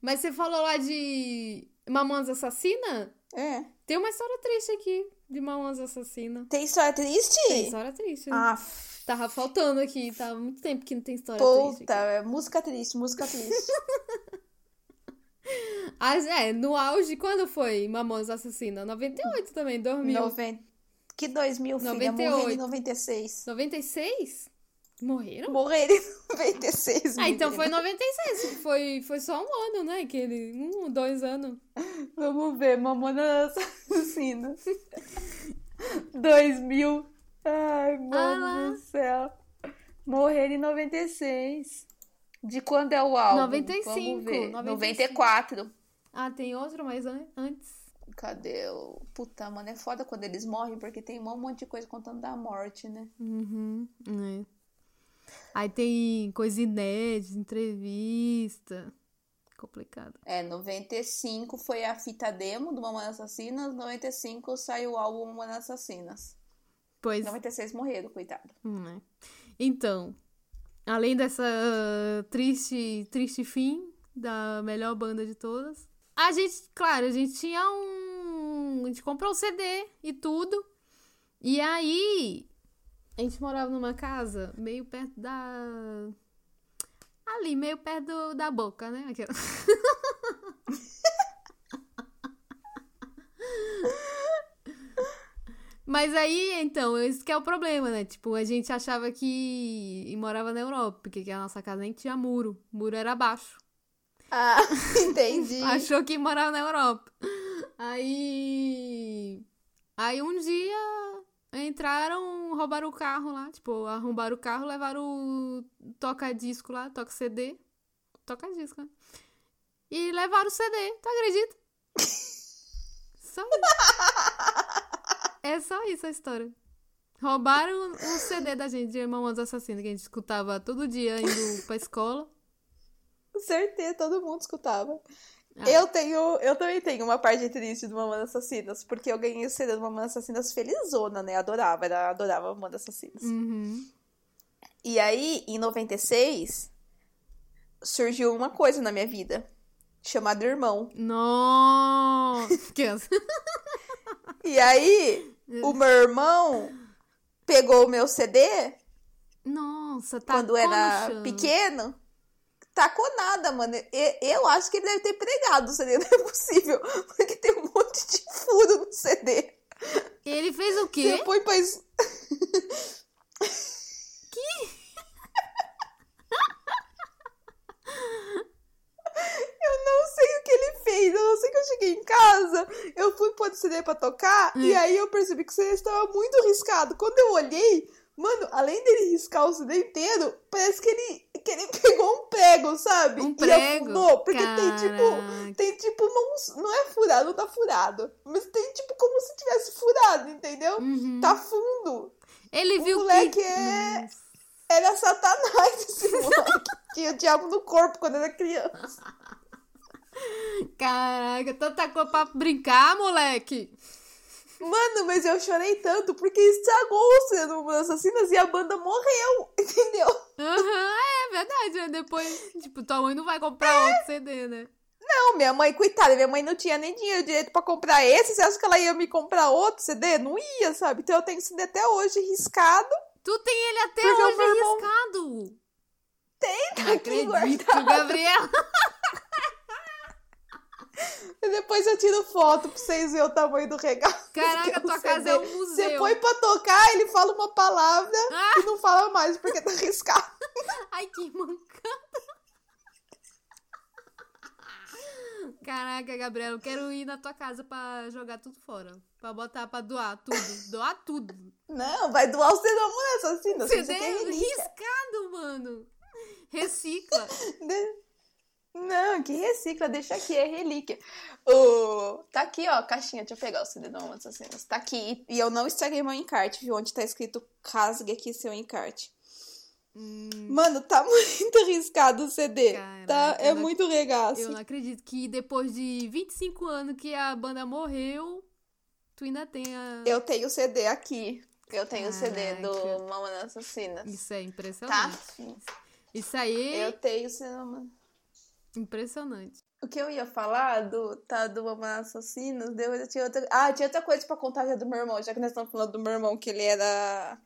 Mas você falou lá de Mamãs Assassina? É. Tem uma história triste aqui de Mamãs Assassina. Tem história triste? Tem história triste. né? Ah, Tava faltando aqui, tava muito tempo que não tem história triste. puta. aqui. é Música triste, música triste. Ah, é, no auge, quando foi Mamãs Assassina? 98 também, 2000. Noven... Que 2000, filha? 98. Morreram em 96. 96? Morreram? Morreram em 96, Ah, então foi menina. 96. Foi, foi só um ano, né? Aquele, um, dois anos. Vamos ver, Mamona Assassina. 2000. Ai, lá. mano do céu. Morrer em 96. De quando é o álbum? 95, Vamos ver. 95. 94. Ah, tem outro, mas an- antes. Cadê o... Puta, mano, é foda quando eles morrem, porque tem um monte de coisa contando da morte, né? Uhum, é. Aí tem coisa inédita, entrevista. Complicado. É, 95 foi a fita demo do Mamãe Assassinas, 95 saiu o álbum Mamãe Assassinas. Pois 96 morreram, coitado. hum, é. Então, além dessa ah, triste, triste fim da melhor banda de todas, a gente, claro, a gente tinha um. A gente comprou um CD e tudo. E aí, a gente morava numa casa meio perto da. Ali, meio perto do- da boca, né? Aquela. Mas aí, então, esse que é o problema, né? Tipo, a gente achava que e morava na Europa, porque a nossa casa nem tinha muro. O muro era baixo. Ah, entendi. Achou que morava na Europa. Aí. Aí um dia entraram, roubaram o carro lá. Tipo, arrombaram o carro, levaram o toca-disco lá, toca-CD. Toca-disco, né? E levaram o CD, tu acredita? Só isso. É só isso a história. Roubaram o CD da gente, de Mamãe Assassina, que a gente escutava todo dia indo pra escola. certeza, todo mundo escutava. Ah. Eu tenho, eu também tenho uma parte triste do Mamãe Assassinas, porque eu ganhei o CD do Mamãe Assassinas felizona, né? Adorava, era, adorava Mamãe Assassinas. Uhum. E aí, em 96, surgiu uma coisa na minha vida, chamada irmão. Nossa! Criança. E aí, o meu irmão pegou o meu CD Nossa, tá quando era como chama? pequeno, tacou nada, mano. E- Eu acho que ele deve ter pregado o CD, não é possível, porque tem um monte de furo no CD. Ele fez o Você quê? põe pra es- Eu não sei o que ele fez, eu não sei que eu cheguei em casa, eu fui pôr o CD pra Hum. tocar, e aí eu percebi que o CD estava muito riscado. Quando eu olhei, mano, além dele riscar o CD inteiro, parece que ele, que ele pegou um prego, sabe? Um E prego? afundou, porque tem tipo... Caraca. Tem tipo, não, não é furado, não tá furado. Mas tem tipo como se tivesse furado, entendeu? Uhum. Tá fundo. Ele O viu moleque que... é- Era Satanás esse moleque. Tinha o diabo no corpo quando era criança. Caraca, tu tacou pra brincar, moleque? Mano, mas eu chorei tanto porque estragou o ser humano assassinas e a banda morreu, entendeu? Aham, é verdade. né? Depois, tipo, tua mãe não vai É. comprar outro CD, né? Não, minha mãe, coitada, minha mãe não tinha nem dinheiro direito pra comprar esse. Você acha que ela ia me comprar outro CD? Não ia, sabe? Então eu tenho CD até hoje riscado. Tu tem ele até Porque o hoje meu irmão- riscado. Tem, tá Não aqui acredito, guardado. Gabriel. E depois eu tiro foto pra vocês verem o tamanho do regalo. Caraca, que é o tua CD. casa é um museu. Você põe pra tocar, ele fala uma palavra Ah! e não fala mais porque tá riscado. Ai, que mancada. Caraca, Gabriel, eu quero ir na tua casa pra jogar tudo fora. Pra botar, pra doar tudo. Doar tudo. Não, vai doar o CD do amor assassino. é CD Você quer relíquia. é riscado, mano. Recicla. De- Não, que recicla, deixa aqui, é relíquia. Ô, Tá aqui, ó, caixinha. Deixa eu pegar o CD do amor assassino. Tá aqui. E eu não estraguei meu encarte, viu? Onde tá escrito rasgue aqui seu encarte. Hum, Mano, tá muito riscado o CD. tá, Caraca, é eu não- muito eu regaço. não acredito que depois de 25 anos que a banda morreu, tu ainda tenha. Eu tenho o CD aqui. Eu tenho o CD do Caraca. Mamãe Assassina. Isso é Tá? impressionante. Isso aí é Eu tenho o CD do Mamãe- impressionante. O que eu ia falar do, tá, do Mamãe Assassinos, deu, eu tinha outra... Ah, tinha outra coisa pra contar já do meu irmão, já que nós estamos falando do meu irmão, que ele era...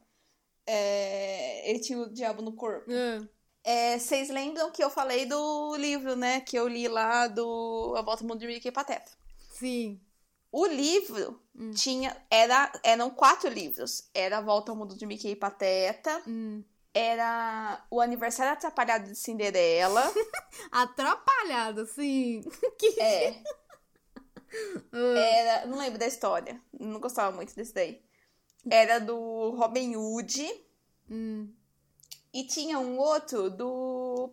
é, ele tinha o diabo no corpo. Ah, É, Vocês lembram que eu falei do livro, né? Que eu li lá do A Volta ao Mundo de Mickey e Pateta. sim. O livro Hum. tinha... Era, eram quatro livros. Era A Volta ao Mundo de Mickey e Pateta. Hum. Era O Aniversário Atrapalhado de Cinderela. Atrapalhado, sim. é... Ah. Era, não lembro da história. Não gostava muito desse daí. Era do Robin Hood Hum. e tinha um outro do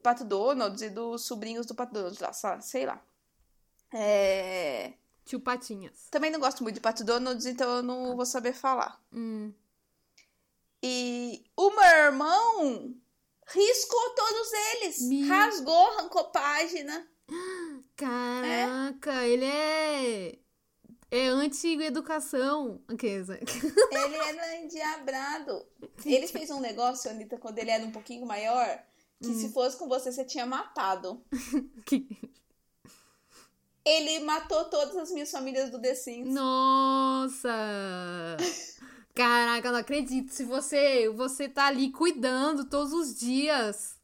Pato Donald e dos sobrinhos do Pato Donald, lá, sa- sei lá. É, Tio Patinhas. Também não gosto muito de Pato Donald, então eu não vou saber falar. Hum. E o meu irmão riscou todos eles. Me- Rasgou, né? arrancou página. Caraca, ele é. É anti-educação. Aqueza. Ele era endiabrado. Ele fez um negócio, Anitta, quando ele era um pouquinho maior, que se fosse com você, você tinha matado. Que- Ele matou todas as minhas famílias do The Sims. Nossa! Caraca, eu não acredito. Se você, você tá ali cuidando todos os dias.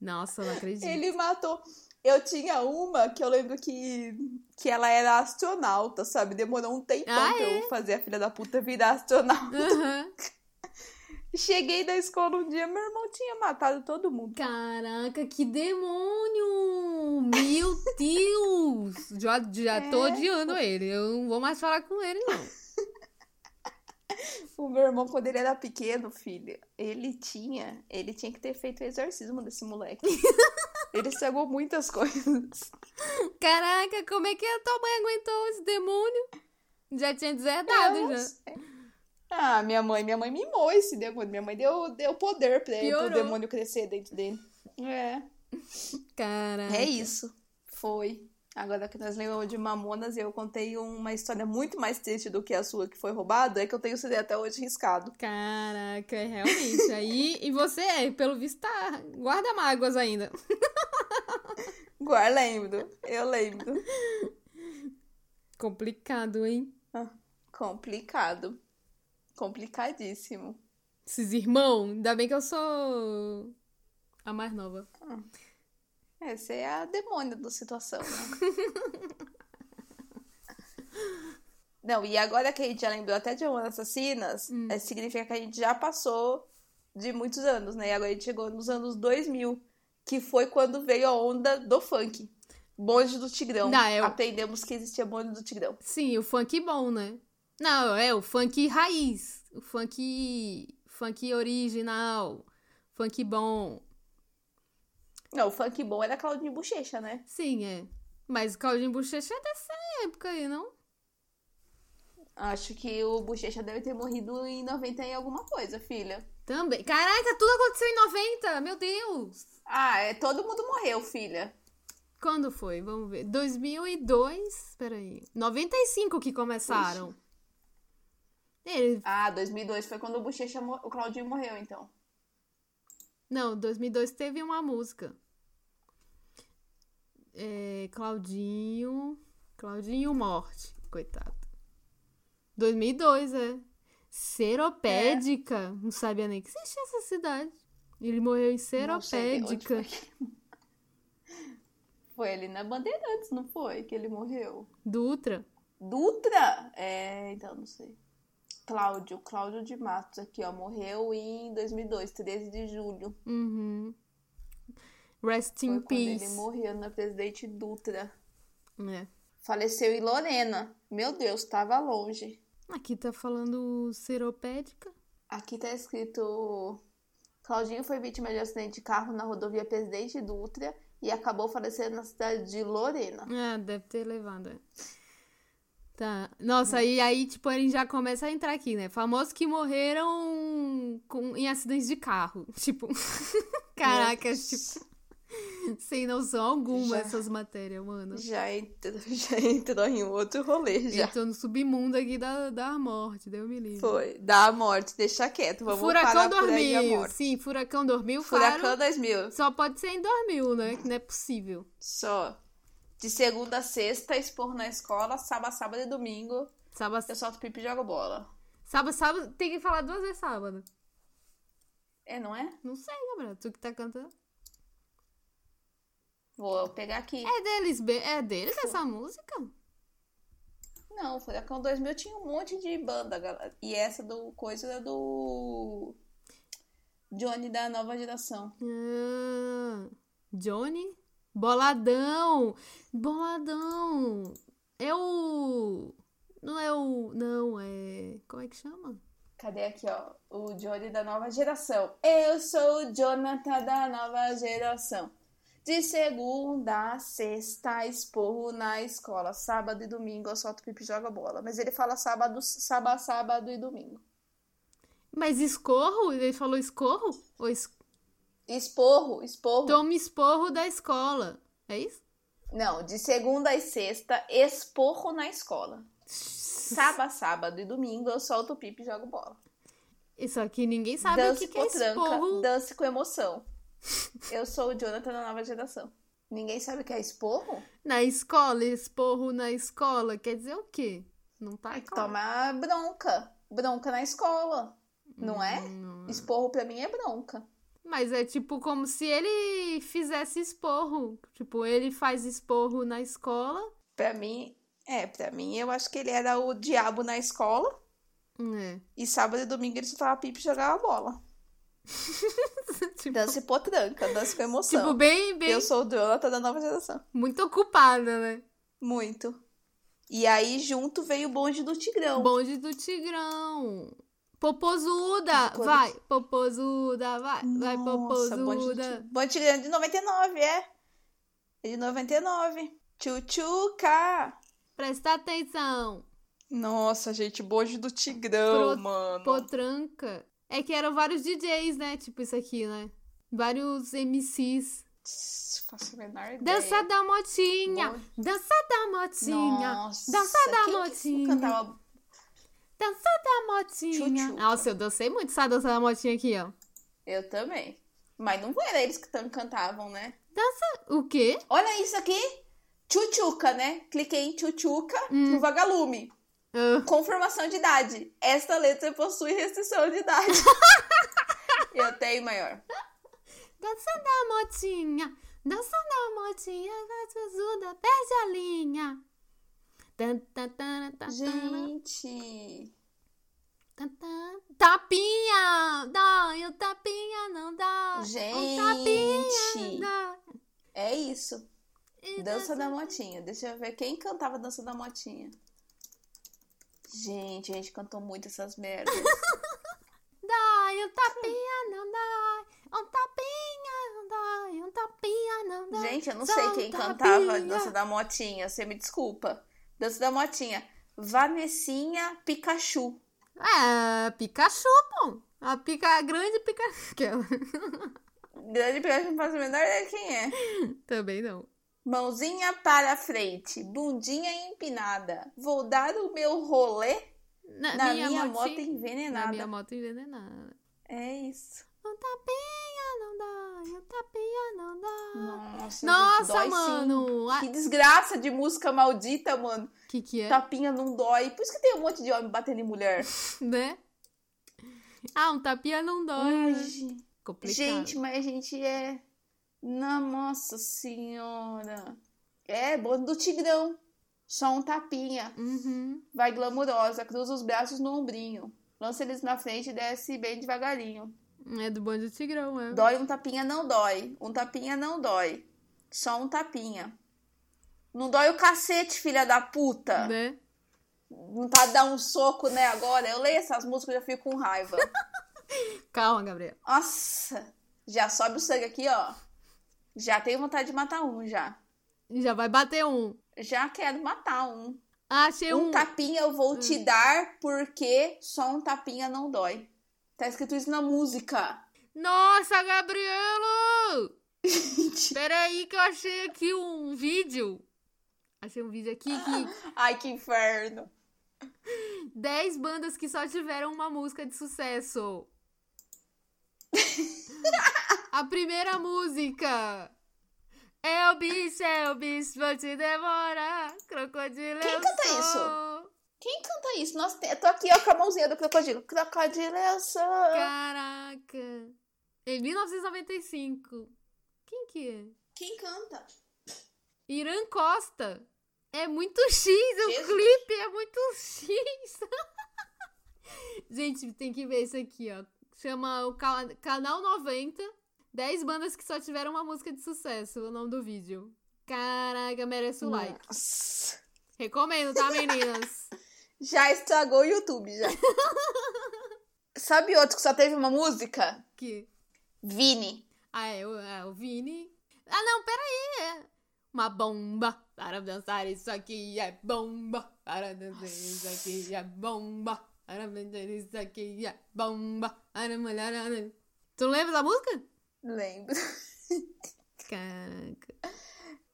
Nossa, eu não acredito. Ele matou. Eu tinha uma que eu lembro que, que ela era astronauta, sabe? Demorou um tempão Ah, pra eu fazer a filha da puta virar astronauta. Aham. Cheguei da escola um dia, meu irmão tinha matado todo mundo. Caraca, que demônio! Meu Deus! Já, já tô É. odiando ele. Eu não vou mais falar com ele, não. O meu irmão, quando ele era pequeno, filho, ele tinha, ele tinha que ter feito o exorcismo desse moleque. ele estragou muitas coisas. Caraca, como é que a tua mãe aguentou esse demônio? Já tinha deserdado, Eu não já. sei. Ah, minha mãe, minha mãe mimou esse demônio. Minha mãe deu, deu poder pra ele, pro Piorou. Ah, demônio crescer dentro dele. É. Cara. É isso. Foi. Agora que nós lembramos de Mamonas e eu contei uma história muito mais triste do que a sua que foi roubado, é que eu tenho o CD até hoje riscado. Caraca, realmente. Aí, e você, pelo visto, tá, guarda mágoas ainda. Guar, lembro. Eu lembro. Complicado, hein? Complicado. Complicadíssimo. Esses irmãos. Ainda bem que eu sou a mais nova. Essa é a demônia da situação, né? Não, e agora que a gente já lembrou até de Amor Assassinas, Hum. eh, significa que a gente já passou de muitos anos, né? E agora a gente chegou nos anos 2000, que foi quando veio a onda do funk. Bonde do Tigrão. Não, eu- Aprendemos que existia Bonde do Tigrão. Sim, o funk bom, né? Não, é o funk raiz. O funk. Funk original. Funk bom. Não, o funk bom era Claudinho Bochecha, né? Sim, é. Mas o Claudinho Bochecha é dessa época aí, não? Acho que o Bochecha deve ter morrido em 90 e alguma coisa, filha. Também. Caraca, tudo aconteceu em 90! Meu Deus! Ah, é, todo mundo morreu, filha. Quando foi? Vamos ver. 2002. Peraí. 95 que começaram. Ele... Ah, 2002 foi quando o Bochecha, mo- o Claudinho morreu, então. Não, 2002 teve uma música. É, Claudinho. Claudinho Morte. Coitado. 2002, é. Seropédica. Não sabia nem que existia essa cidade. Ele morreu em É. Não sei onde Seropédica. foi que- Foi ali na Bandeirantes, não foi? Que ele morreu. Dutra. Dutra? É, então não sei. Cláudio, Cláudio de Matos aqui, ó. Morreu em 2002, 13 de julho. Uhum. Rest Foi in quando ele peace. morreu na Presidente Dutra. É. Faleceu em Lorena. Meu Deus, tava longe. Aqui tá falando seropédica. Aqui tá escrito: Claudinho foi vítima de acidente de carro na rodovia Presidente Dutra e acabou falecendo na cidade de Lorena. Ah, deve ter levado. é. Tá. Nossa, Hum. aí, aí, tipo, ele já começa a entrar aqui, né? Famosos que morreram com, em acidentes de carro. Tipo, caraca, tipo, sem noção alguma Já. essas matérias, mano. Já entrou, já entrou em outro rolê, já. Entrou no submundo aqui da, da morte, deu me livre. Foi. Da morte, deixa quieto. Vamos furacão parar por aí a dormiu. morte. Sim, furacão dormiu, Furacão claro. 2000. Só pode ser em dormiu, né? Que não é possível. Só. De segunda a sexta, expor na escola, sábado, sábado e domingo. Sábado, Eu solto pipi e jogo bola. sábado, sábado, tem que falar duas vezes sábado. É, não é? Não sei, Gabriel, tu que tá cantando. Vou pegar aqui. É deles, be- é deles essa música? Não, Furacão 2000 tinha um monte de banda, galera. E essa do coisa era do Johnny da nova geração. Ah, Johnny? Boladão! Boladão! É o. Não é o. Não, é. Como é que chama? Cadê aqui, ó? O Johnny da nova geração. Eu sou o Jonathan da nova geração. De segunda a sexta, esporro na escola. Sábado e domingo eu solto pipi e jogo bola. Mas ele fala sábado, sábado, sábado e domingo. Mas escorro? Ele falou escorro? Ou es... Esporro, esporro. Toma esporro da escola. É isso? Não, de segunda a sexta, esporro na escola. Sábado, sábado e domingo eu solto o pipe e jogo bola. Isso aqui ninguém sabe dance o que, que é esporro. dance com emoção. Eu sou o Jonathan da nova geração. Ninguém sabe o que é esporro? Na escola, esporro na escola. Quer dizer o quê? Não tá É que claro. toma bronca. Bronca na escola. Não é? Não Esporro pra mim é bronca. Mas é tipo como se ele fizesse esporro. Tipo, ele faz esporro na escola. Pra mim, é, pra mim eu acho que ele era o diabo na escola. É. E sábado e domingo ele soltava pipa e jogava bola. tipo, Dance potranca, dance com emoção. tipo, bem, Então, bem. Eu sou o Jonathan da nova geração. Muito ocupada, né? Muito. E aí, junto, veio o bonde do Tigrão. Bonde do Tigrão. Popozuda, Tipo, Quando- vai, popozuda, vai, vai, Nossa, bonde do popozuda. Ti- Bonde do Tigrão é de 99, é. É de 99. Tchutchuca! Presta atenção. Nossa, gente, bonde do Tigrão, Pro- mano. Potranca. É que eram vários DJs, né? Tipo isso aqui, né? Vários MCs. Faço a menor ideia. Dança da motinha, Boa. dança da motinha, Nossa, dança quem da que motinha, cantava dança da motinha. Tchutchuca. Nossa, eu dancei muito essa dança da motinha aqui, ó. Eu também. Mas não era eles que tan- cantavam, né? O quê? Olha isso aqui. Tchutchuca, né? Cliquei em tchutchuca Hum. no vagalume. Ah, Confirmação de idade. Esta letra possui restrição de idade. Eu tenho maior. dança da motinha, dança da motinha, dança azuda, perde a linha. Tan, tan, tan, tan, tan, Gente. tan, tan. Tapinha! Dá, e o tapinha não dá. O tapinha Gente. dá. É isso. E Dança da Motinha. Deixa eu ver quem cantava Dança da Motinha. Gente, a gente cantou muito essas merdas. Dai, um tapinha não dá, um tapinha não dá, um tapinha não dá. Gente, eu não Só sei um quem tapinha. cantava Dança da Motinha. Você me desculpa. Dança da Motinha. Vanessinha Pikachu. É, Pikachu, pô. A pica, a grande Pikachu. Aquela. Grande Pikachu não faz a menor ideia de quem é. Também não. Mãozinha para frente, bundinha empinada. Vou dar o meu rolê Na, na minha, moto motinha- envenenada. Na minha moto envenenada. É isso. Um tapinha não dá, um tapinha não dá. Nossa, gente, Nossa, dói sim. mano. a- Que desgraça de música maldita, mano. Que que é, Tapinha não dói. Por isso que tem um monte de homem batendo em mulher. né? Ah, um tapinha não dói. Ai, né? gente. Complicado. gente, mas a gente é. Na nossa senhora. É, bonde do Tigrão. Só um tapinha. Uhum. Vai glamurosa, cruza os braços no ombrinho. Lança eles na frente e desce bem devagarinho. É do bonde do tigrão, é. Dói um tapinha, não dói. Um tapinha não dói. Só um tapinha. Não dói o cacete, filha da puta. Né? Não tá dar um soco, né, agora? Eu leio essas músicas e já fico com raiva. Calma, Gabriel. Nossa! Já sobe o sangue aqui, ó. Já tenho vontade de matar um, já. Já vai bater um. Já quero matar um. Achei Um Hum. um. tapinha eu vou te dar porque só um tapinha não dói. Tá escrito isso na música. Nossa, Gabrielo! Peraí que eu achei aqui um vídeo. Achei um vídeo aqui que Ai, que inferno. 10 bandas que só tiveram uma música de sucesso. A primeira música é o bicho, é o bicho, vou te devorar. Crocodilo. Quem eu canta sou. isso? Quem canta Então é isso? Nossa, tem- eu tô aqui, ó, com a mãozinha do crocodilo. Crocodilo, eu sou. Caraca. Em 1995. Quem que é? Quem canta? Irã Costa. É muito X, o Jesus. clipe é muito X. Gente, tem que ver isso aqui, ó. Chama o ca- Canal 90. 10 bandas que só tiveram uma música de sucesso, o nome do vídeo. Caraca, merece o like. Nossa. Recomendo, tá, meninas? Já estragou o YouTube, já. Sabe outro que só teve uma música? que... Vini. Ah, é, o, é, o Vini. Ah, não, peraí. é Uma bomba para dançar, isso aqui é bomba. Para dançar, isso aqui é bomba. Para dançar, isso aqui é bomba. Para molhar, para- Tu não lembra da música? Lembro. Caraca.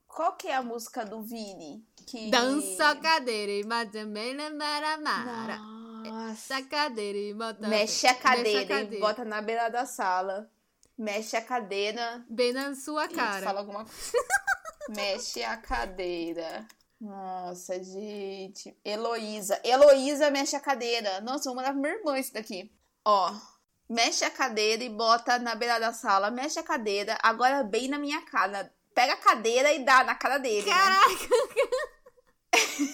Qual que é a música do Vini? Que... Dança a cadeira e mas também lembra mara. Nossa. Dança a cadeira e bota... Mexe a cadeira Mexe a cadeira. e bota na beira da sala. Mexe a cadeira. Bem na sua Ih, cara. Fala alguma coisa. Mexe a cadeira. Nossa, gente. Heloísa. Heloísa mexe a cadeira. Nossa, eu vou mandar pra minha irmã isso daqui. Ó. Mexe a cadeira e bota na beira da sala. Mexe a cadeira, agora bem na minha cara. Pega a cadeira e dá na cara dele. né? Caraca.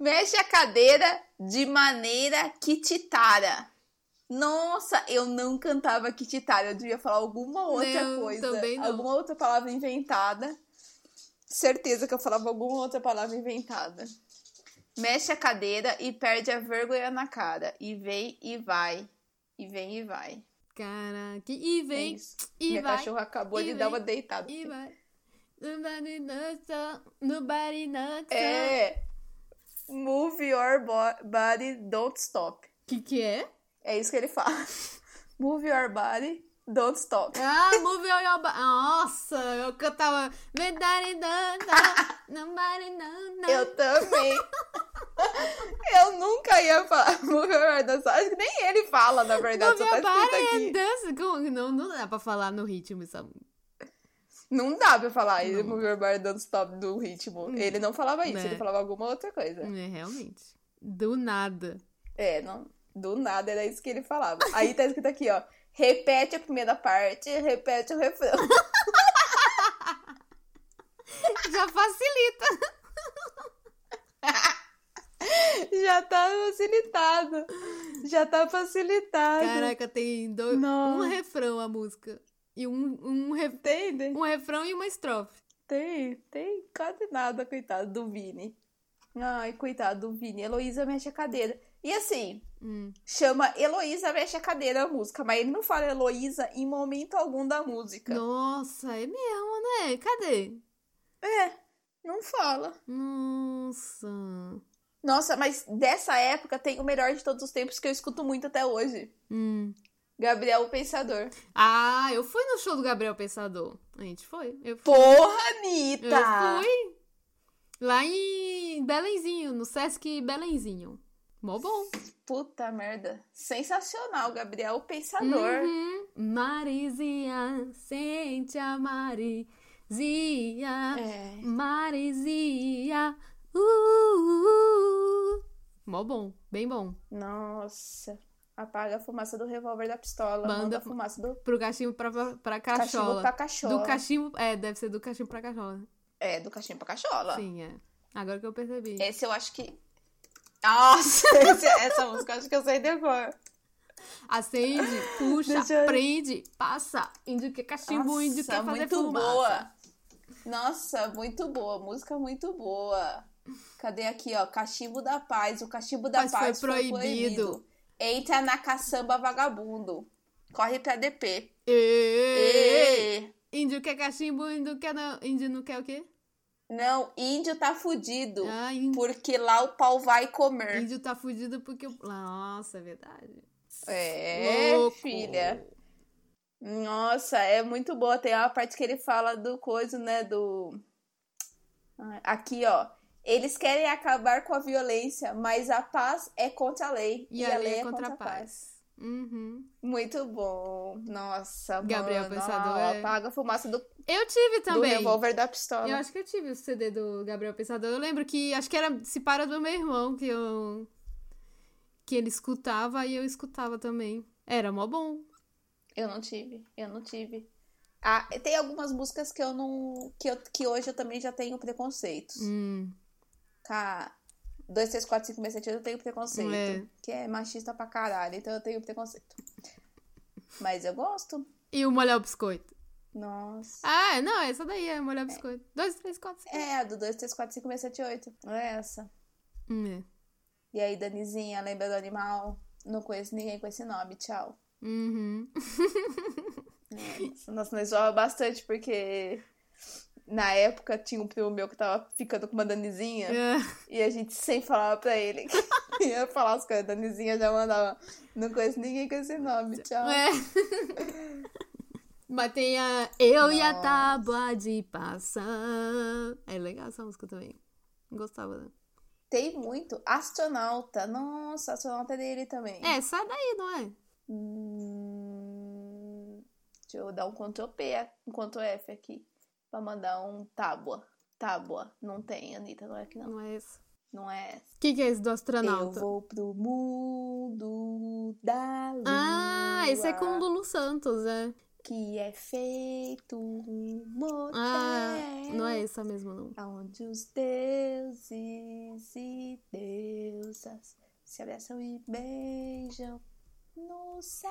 Mexe a cadeira de maneira que titara. Nossa, eu não cantava que titara. Eu devia falar alguma outra Não, coisa. também não. Alguma outra palavra inventada. Certeza que eu falava alguma outra palavra inventada. Mexe a cadeira e perde a vergonha na cara. E vem e vai. E vem e vai. Caraca. E É vem, isso. e Minha vai. cachorra acabou e de vem, dar uma deitada. E vai. Nobody knows, so- nobody knows. so- É. Move your bo- body, don't stop. Que que é? É isso que ele fala. Move your body, Don't stop. Ah, move all your body. Nossa, eu cantava. Medari danda, nambari danda. Eu também. Eu nunca ia falar move your dance. Acho que nem ele fala, na verdade. Move Só tá your escrito body and aqui. dance. Como- Não, não dá pra falar no ritmo é um, essa Não dá pra falar Não. move your body don't stop do ritmo. Hum. Ele não falava isso, Né. ele falava alguma outra coisa. É, realmente. Do nada. É, não. Do nada era isso que ele falava. Aí tá escrito aqui, ó. Repete a primeira parte, repete o refrão. Já facilita. Já tá facilitado. Já tá facilitado. Caraca, tem dois, um é- Nossa. refrão a música. E um, um, re- Entende? um refrão e uma estrofe. Tem, tem quase nada, coitado do Vini. Ai, coitado do Vini. Heloísa mexe a cadeira. E assim, Hum. chama Heloísa mexe a cadeira a música, mas ele não fala Heloísa em momento algum da música. Nossa, é mesmo, né? Cadê? É, não fala. Nossa. Nossa, mas dessa época tem o melhor de todos os tempos que eu escuto muito até hoje. Hum. Gabriel o Pensador. Ah, eu fui no show do Gabriel Pensador. A gente foi. Eu fui. Porra, Eu Anitta! fui. Lá em Belenzinho, no Sesc Belenzinho. Mó bom. Puta merda. Sensacional, Gabriel o Pensador. Uhum. Marizia, sente a Marizia. É. Maresia. Uh, uh, uh. Mó bom, bem bom. Nossa. Apaga a fumaça do revólver da pistola. Manda Manda, a fumaça do Pro cachimbo pra, pra, pra cachimbo pra cachola. cachola. Do cachimbo. É, deve ser do cachimbo pra cachola. É, do cachimbo pra cachola. Sim, é. Agora que eu percebi. Esse eu acho que. Nossa, esse- essa música eu acho que eu sei de cor. Acende, puxa, Deixa eu- prende, passa. Índio que cachimbo, índio quer Nossa, fazer muito fumaça. boa. Nossa, muito boa. Música muito boa. Cadê aqui, ó? Cachimbo da Paz. O Cachimbo da Mas foi Paz proibido. Entra na caçamba vagabundo. Corre pra DP. Ê, Ê. Índio quer cachimbo, índio quer não. Índio não quer o quê? Não, índio tá fudido. Ah, índio, Porque lá o pau vai comer. índio tá fudido porque. o- Nossa, é verdade. É, Louco. filha. Nossa, é muito boa. Tem uma parte que ele fala do coisa, né? Do. Ah, Aqui, ó. Eles querem acabar com a violência, mas a paz é contra a lei. E, a lei é contra a paz. Uhum. Muito bom. Nossa, Gabriel mano, Pensador ó, é- Apaga a fumaça do, Eu tive do também. revólver da pistola. eu acho que eu tive o CD do Gabriel Pensador. Eu lembro que acho que era se para do meu irmão que eu que ele escutava e eu escutava também. Era mó bom. Eu não tive, eu não tive. Ah, tem algumas músicas que eu não. Que, eu, que hoje eu também já tenho preconceitos. Hum, K. 2, 3, 4, 5, 6, 7, 8, eu tenho preconceito. É. Que é machista pra caralho, então eu tenho preconceito. Mas eu gosto. E o molhar o biscoito. Nossa. Ah, não, essa daí é molhar o biscoito. Dois, três, quatro, cinco. É, a do 2, 3, 4, 5, 6, 7, 8. É essa. Hum, é. E aí, Danizinha, lembra do animal? Não conheço ninguém com esse nome, tchau. Uhum. Nossa, Nossa, nós zoava bastante porque na época tinha um primo meu que tava ficando com uma Danizinha. É. E a gente sempre falava pra ele que ia falar as coisas. A Danizinha já mandava. Não conheço ninguém com esse nome, tchau. É. Mas tem a Eu e a Nossa. Tábua de Passar. É legal essa música também. Gostava. né? Tem muito. Astronauta. Nossa, astronauta é dele também. É, sai daí, não é? Hum, deixa eu dar um Ctrl P, a- um Ctrl F aqui. Pra mandar um tábua. Tábua. Não tem, Anitta, não é que não. Não é essa. Não é essa. O que, que é esse do Eu astronauta? vou pro mundo da lua. Ah, esse é com o Lulu Santos, é. Que é feito um motel. Ah, não é essa mesmo, não. Aonde os deuses e deusas se abraçam e beijam no céu.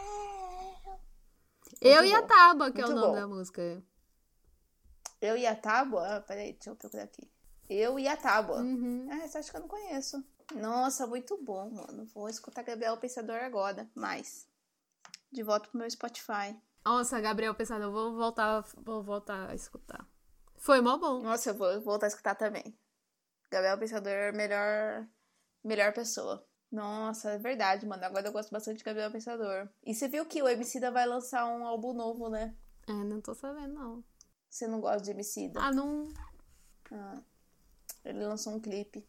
Eu e a bom. Tábua, que é o Muito nome bom. da música. Eu e a tábua? Ah, peraí, deixa eu procurar aqui. Eu e a tábua. Uhum. Ah, essa acho que eu não conheço. Nossa, muito bom, mano. Vou escutar Gabriel Pensador agora, mas de volta pro meu Spotify. Nossa, Gabriel Pensador, eu vou voltar, vou voltar a escutar. Foi mó bom. Nossa, eu vou voltar a escutar também. Gabriel Pensador, melhor, melhor pessoa. Nossa, é verdade, mano. Agora eu gosto bastante de Gabriel Pensador. E você viu que o Emicida vai lançar um álbum novo, né? É, não tô sabendo, não. Você não gosta de Emicida? Ah, não. Ah, ele lançou um clipe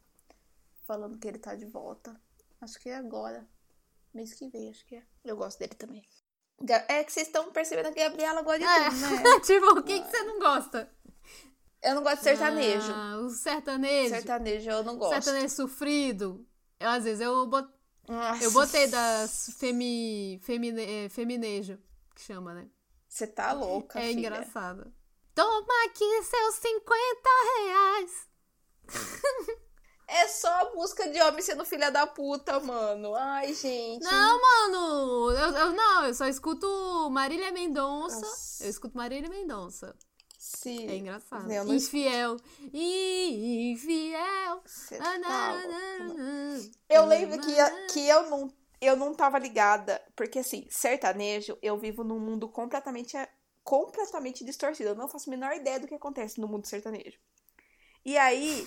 falando que ele tá de volta. Acho que é agora. Mês que vem, acho que é. Eu gosto dele também. Ga- É que vocês estão percebendo que a Gabriela gosta de É. tudo, né? tipo, o que, que você não gosta? Eu não gosto de sertanejo. Ah, o sertanejo. Sertanejo eu não gosto. sertanejo sofrido. Eu, às vezes eu, bot... Nossa, eu botei das femi... femine... eh, feminejo, que chama, né? Você tá louca, é filha. engraçado. Toma aqui seus 50 reais. É só música de homem sendo filha da puta, mano. Ai, gente. Não, mano. Eu, eu- não, eu só escuto Marília Mendonça. Nossa. Eu escuto Marília Mendonça. Sim. É engraçado. Eu não- Infiel. Infiel. Você tá Ah, na, louca, na, mano. na. Eu lembro que, Na, que eu não eu não tava ligada, porque assim, sertanejo, eu vivo num mundo completamente é, completamente distorcido. Eu não faço a menor ideia do que acontece no mundo sertanejo. E aí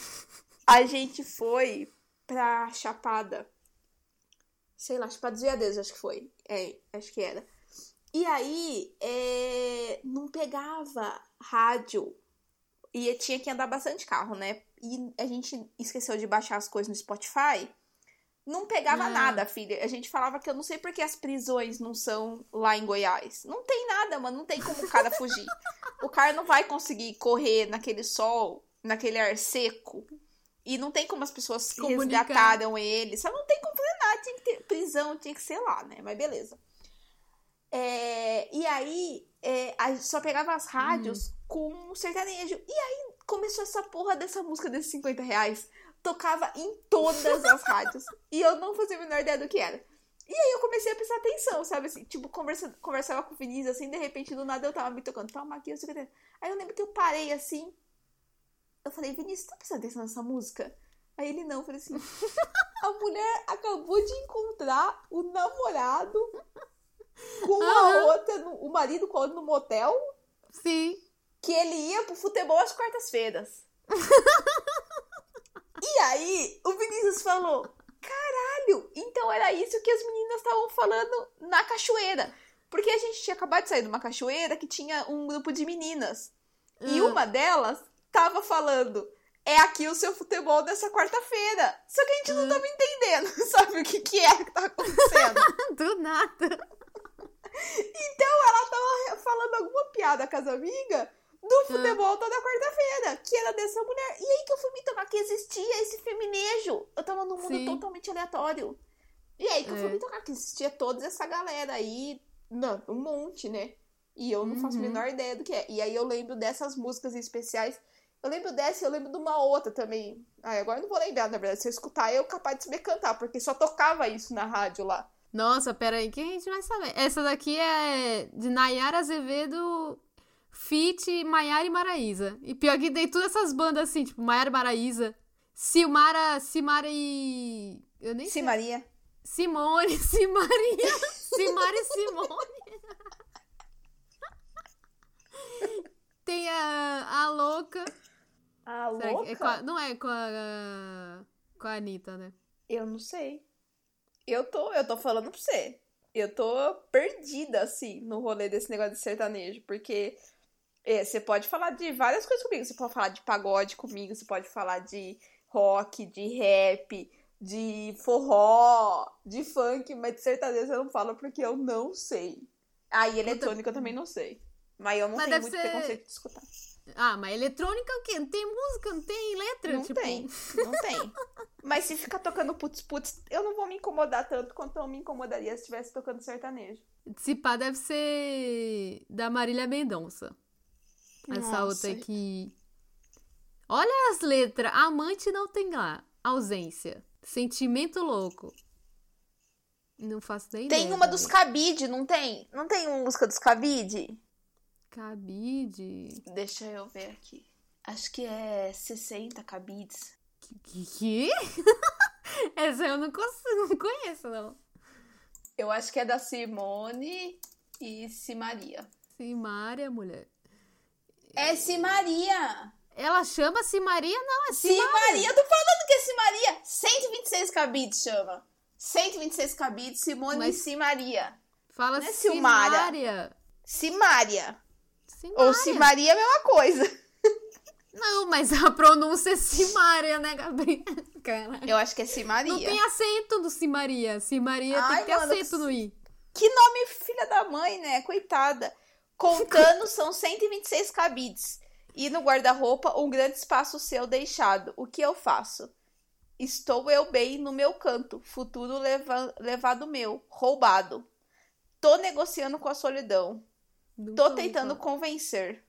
a gente foi pra Chapada. Sei lá, Chapada dos Veadeiros, acho que foi. É, acho que era. E aí, é, não pegava rádio. E eu tinha que andar bastante carro, né? E a gente esqueceu de baixar as coisas no Spotify. Não pegava Ah. nada, filha. A gente falava que eu não sei porque as prisões não são lá em Goiás. Não tem nada, mano. Não tem como o cara fugir. o cara não vai conseguir correr naquele sol, naquele ar seco. E não tem como as pessoas se Comunicar. resgataram ele. Só não tem como fazer nada. Tinha que ter prisão, tinha que ser lá, né? Mas beleza. É, e aí, é, a gente só pegava as rádios com um sertanejo. E aí começou essa porra dessa música desses 50 reais. Tocava em todas as rádios. E eu não fazia a menor ideia do que era. E aí eu comecei a prestar atenção, sabe? Assim, tipo, conversa, conversava com o Vinícius, assim, de repente, do nada eu tava me tocando. Toma aqui, não sei o que. tem. Aí eu lembro que eu parei assim. Eu falei, Vinícius, tá prestando atenção nessa música? Aí ele não, eu falei assim. A mulher acabou de encontrar o namorado com a Aham. outra, no- o marido com a outra no motel, Sim. que ele ia pro futebol às quartas-feiras. e aí, o Vinícius falou: caralho, então era isso que as meninas estavam falando na cachoeira. Porque a gente tinha acabado de sair de uma cachoeira que tinha um grupo de meninas. E Ah. uma delas tava falando: é aqui o seu futebol dessa quarta-feira. Só que a gente não tava entendendo, sabe o que, que era que tava acontecendo. Do nada. ela tava falando alguma piada com as amigas do Tá. futebol toda quarta-feira, que era dessa mulher. E aí que eu fui me tomar que existia esse feminejo. Eu tava num mundo Sim. totalmente aleatório. E aí que eu fui É. me tocar que existia toda essa galera aí, não, um monte, né? E eu não faço a Uhum. menor ideia do que é. E aí eu lembro dessas músicas especiais. Eu lembro dessa e eu lembro de uma outra também. Ai, agora eu não vou lembrar, na verdade. Se eu escutar, eu capaz de saber cantar, porque só tocava isso na rádio lá. Nossa, pera aí, que a gente vai saber. Essa daqui é de Nayara Azevedo, Fit, Maiara e Maraísa. E pior que tem todas essas bandas assim, tipo Maiara e Maraísa, Silmara, Simara e... Eu nem Sim, sei. Maria. Simone, Simaria, Simara e Simone. Tem a, a louca. Ah, Será que é com a- não é com a, com a Anitta, né? Eu não sei. Eu tô, eu tô falando pra você. Eu tô perdida, assim, no rolê desse negócio de sertanejo, porque é, você pode falar de várias coisas comigo. Você pode falar de pagode comigo, você pode falar de rock, de rap, de forró, de funk, mas de sertanejo eu não falo porque eu não sei. Ah, e eletrônica eu também não sei. Mas eu não Mas tenho deve muito ser- preconceito de escutar. Ah, mas eletrônica é o quê? Não tem música, não tem letra? Não tipo... tem, não tem. Mas se ficar tocando putz putz, eu não vou me incomodar tanto quanto eu me incomodaria se estivesse tocando sertanejo. Se pá, deve ser da Marília Mendonça. Essa Nossa. outra aqui. Olha as letras. Amante não tem lá. Ausência. Sentimento louco. Não faço nem ideia. Tem uma dos velho. cabide, não tem? Não tem uma música dos cabide? Cabide. Deixa eu ver aqui. Acho que é 60 cabides. Que- Que? que? Essa eu não, consigo, não conheço, não. Eu acho que é da Simone e Simaria. Simária, mulher. É Simaria! Ela chama Simaria? Não, é Simária. Simaria, eu tô falando que é Simaria! 126 cabides chama. 126 cabides, Simone Mas- e Simaria. Fala Não é Silmara. Simária. Simária. Simária. Ou Simaria é a mesma coisa. Não, mas a pronúncia é Simária, né, Gabriela? Caraca. Eu acho que é Não Simaria. tem acento no Simaria. Simaria tem Ai, que ter mano, acento no I. Que nome filha da mãe, né? Coitada. Contando, são 126 cabides. E no guarda-roupa, um grande espaço seu deixado. O que eu faço? Estou eu bem no meu canto. Futuro leva- levado meu. Roubado. Tô negociando com a solidão. Nunca Tô ouvi tentando falar. convencer.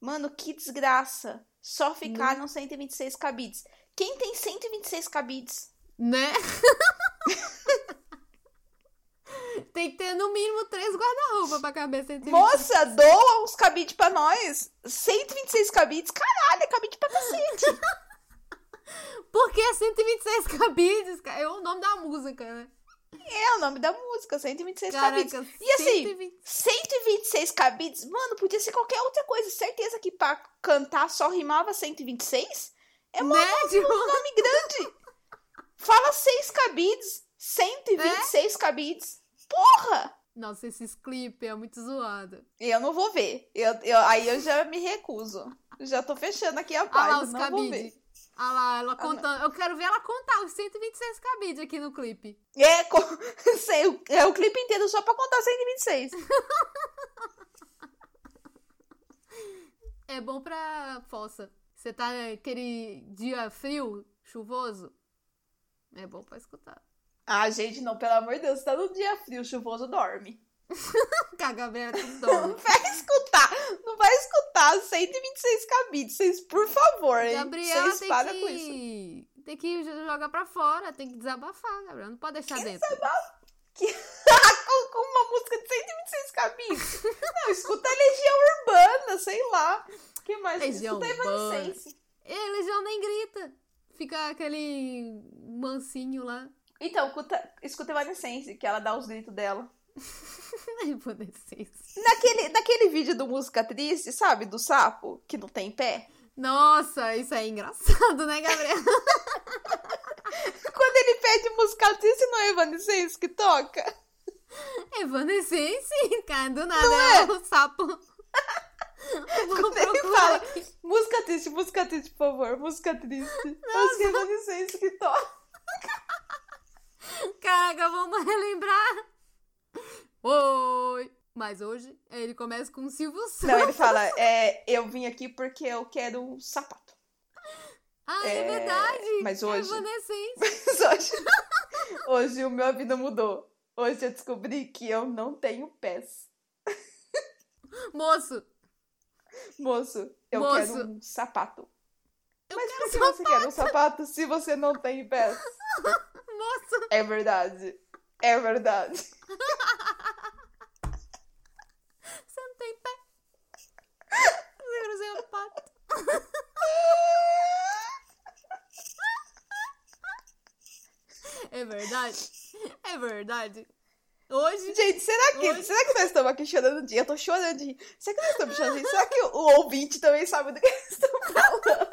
Mano, que desgraça. Só ficaram 126 cabides. Quem tem 126 cabides? Né? tem que ter no mínimo três guarda-roupa pra caber 126. Moça, doa uns cabides pra nós. 126 cabides? Caralho, é cabide pra cacete. Por que 126 cabides? cara? É o nome da música, né? é o nome da música, 126 cabides. Caraca, E assim, 120... 126 cabides? Mano, podia ser qualquer outra coisa. Certeza que pra cantar só rimava 126? É mó né? Tipo, nome grande. Fala 6 cabides. É? 126 cabides. Porra! Nossa, esses clipes é muito zoado. Eu não vou ver. Eu, eu- aí eu já me recuso. Já tô fechando aqui a Ah página. lá, os não vou ver. cabides. Ah lá, ela não. contando. Eu quero ver ela contar os 126 cabides aqui no clipe. É, co- sei, o- é o clipe inteiro só pra contar 126. É bom pra fossa. Você tá naquele dia frio, chuvoso? É bom pra escutar. Ah, gente, não, pelo amor de Deus, tá no dia frio, chuvoso dorme. Que a Gabriela tem Não dó. vai escutar, Tá, não vai escutar 126 cabides, vocês, por favor, hein? Gabriela Vocês tem para que... com isso. tem que jogar pra fora, tem que desabafar, Gabriela. Não pode deixar dentro. Com, com uma música de 126 cabides. não, escuta a Legião Urbana, sei lá. que mais? Legião escuta Urbana. Evanescence. Ele já nem grita. Fica aquele mansinho lá. Então, escuta, escuta Evanescence, que ela dá os gritos dela. É Evanescence. Naquele, naquele vídeo do Música Triste, sabe? Do sapo, que não tem pé. Nossa, isso é engraçado, né, Gabriela? Quando ele pede música triste, não é Evanescence que toca? Evanescence, É cara, do nada é o sapo. Vou Quando ele procurar fala, aqui. música triste, música triste, por favor, música triste. Acho que é Evanescence que toca. Caraca, vamos relembrar. Oi. Mas hoje ele começa com o Silvio Santos. Não, ele fala, é, eu vim aqui porque eu quero um sapato. Ah, é, É, verdade. mas É hoje- Evanescence. Mas hoje, hoje o meu vida mudou. Hoje eu descobri que eu não tenho pés. Moço, Moço, eu Moço. quero um sapato. Mas por que só- você quer um sapato se você não tem pés? moço. É verdade. É verdade. Você não tem pé. Você cruzei o pato. É verdade. É verdade. Hoje. Gente, será que, Hoje- será que nós estamos aqui chorando de rir? Eu tô chorando de rir. Será que nós estamos chorando de rir? Será que o o ouvinte também sabe do que nós estamos falando?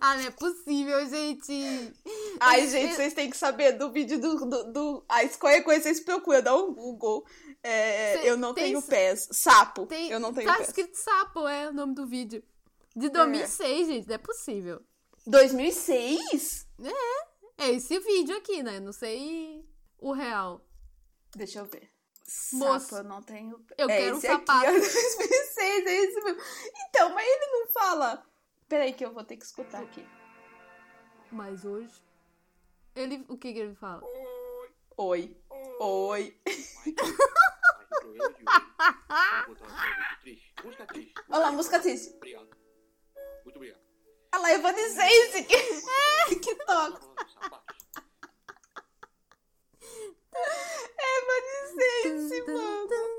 Ah, não é possível, gente. Ai, gente, vocês têm que saber do vídeo do... do, do... Ai, qualquer coisa vocês procuram, dá um Google. É, Cê- eu não tem tenho s- pés. Sapo. Tem- Eu não tenho tá pés. escrito sapo, é o nome do vídeo. De 2006, gente, não é possível. 2006? É esse vídeo aqui, né? Não sei o real. Deixa eu ver. Moço, Sapo, eu não tenho pés. eu é quero um esse aqui, sapato. ó, 2006, é esse mesmo. Então, mas ele não fala... Peraí que eu vou ter que escutar aqui. Mas hoje. Ele. O que, que ele fala? Oi. Oi. Ah, Olha lá, música triste. Obrigado. Muito obrigado. Olha lá, Evanescence que, que toca. Evanescence, mano.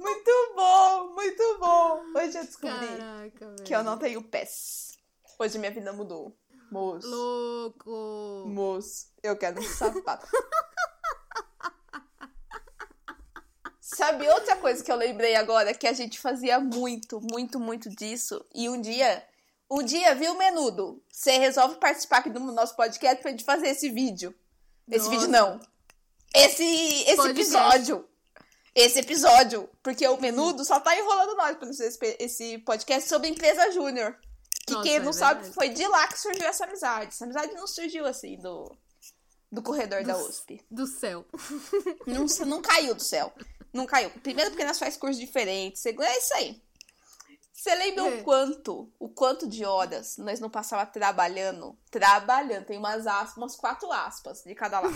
Muito bom, muito bom. Hoje eu descobri Caraca, velho. que é eu não tenho pés. Hoje minha vida mudou. Moço, Louco! moço, eu quero um sapato. Sabe outra coisa que eu lembrei agora que a gente fazia muito, muito, muito disso? E um dia Um dia, viu, Menudo? Você resolve participar aqui do nosso podcast pra gente fazer esse vídeo. Esse Nossa. vídeo não. Esse, esse Podcast. episódio. Esse episódio. Porque o Menudo só tá enrolando nós pra fazer esse pe- esse podcast sobre empresa júnior. Que Nossa, quem é não sabe, verdade. foi de lá que surgiu essa amizade. Essa amizade não surgiu assim do, do corredor da Do- USP. do céu. Não, se- não caiu do céu. Não caiu. Primeiro porque nós faz cursos diferentes. Segundo, é isso aí. Você lembra É. o quanto, o quanto de horas nós não passava trabalhando? Trabalhando. Tem umas aspas, umas quatro aspas de cada lado.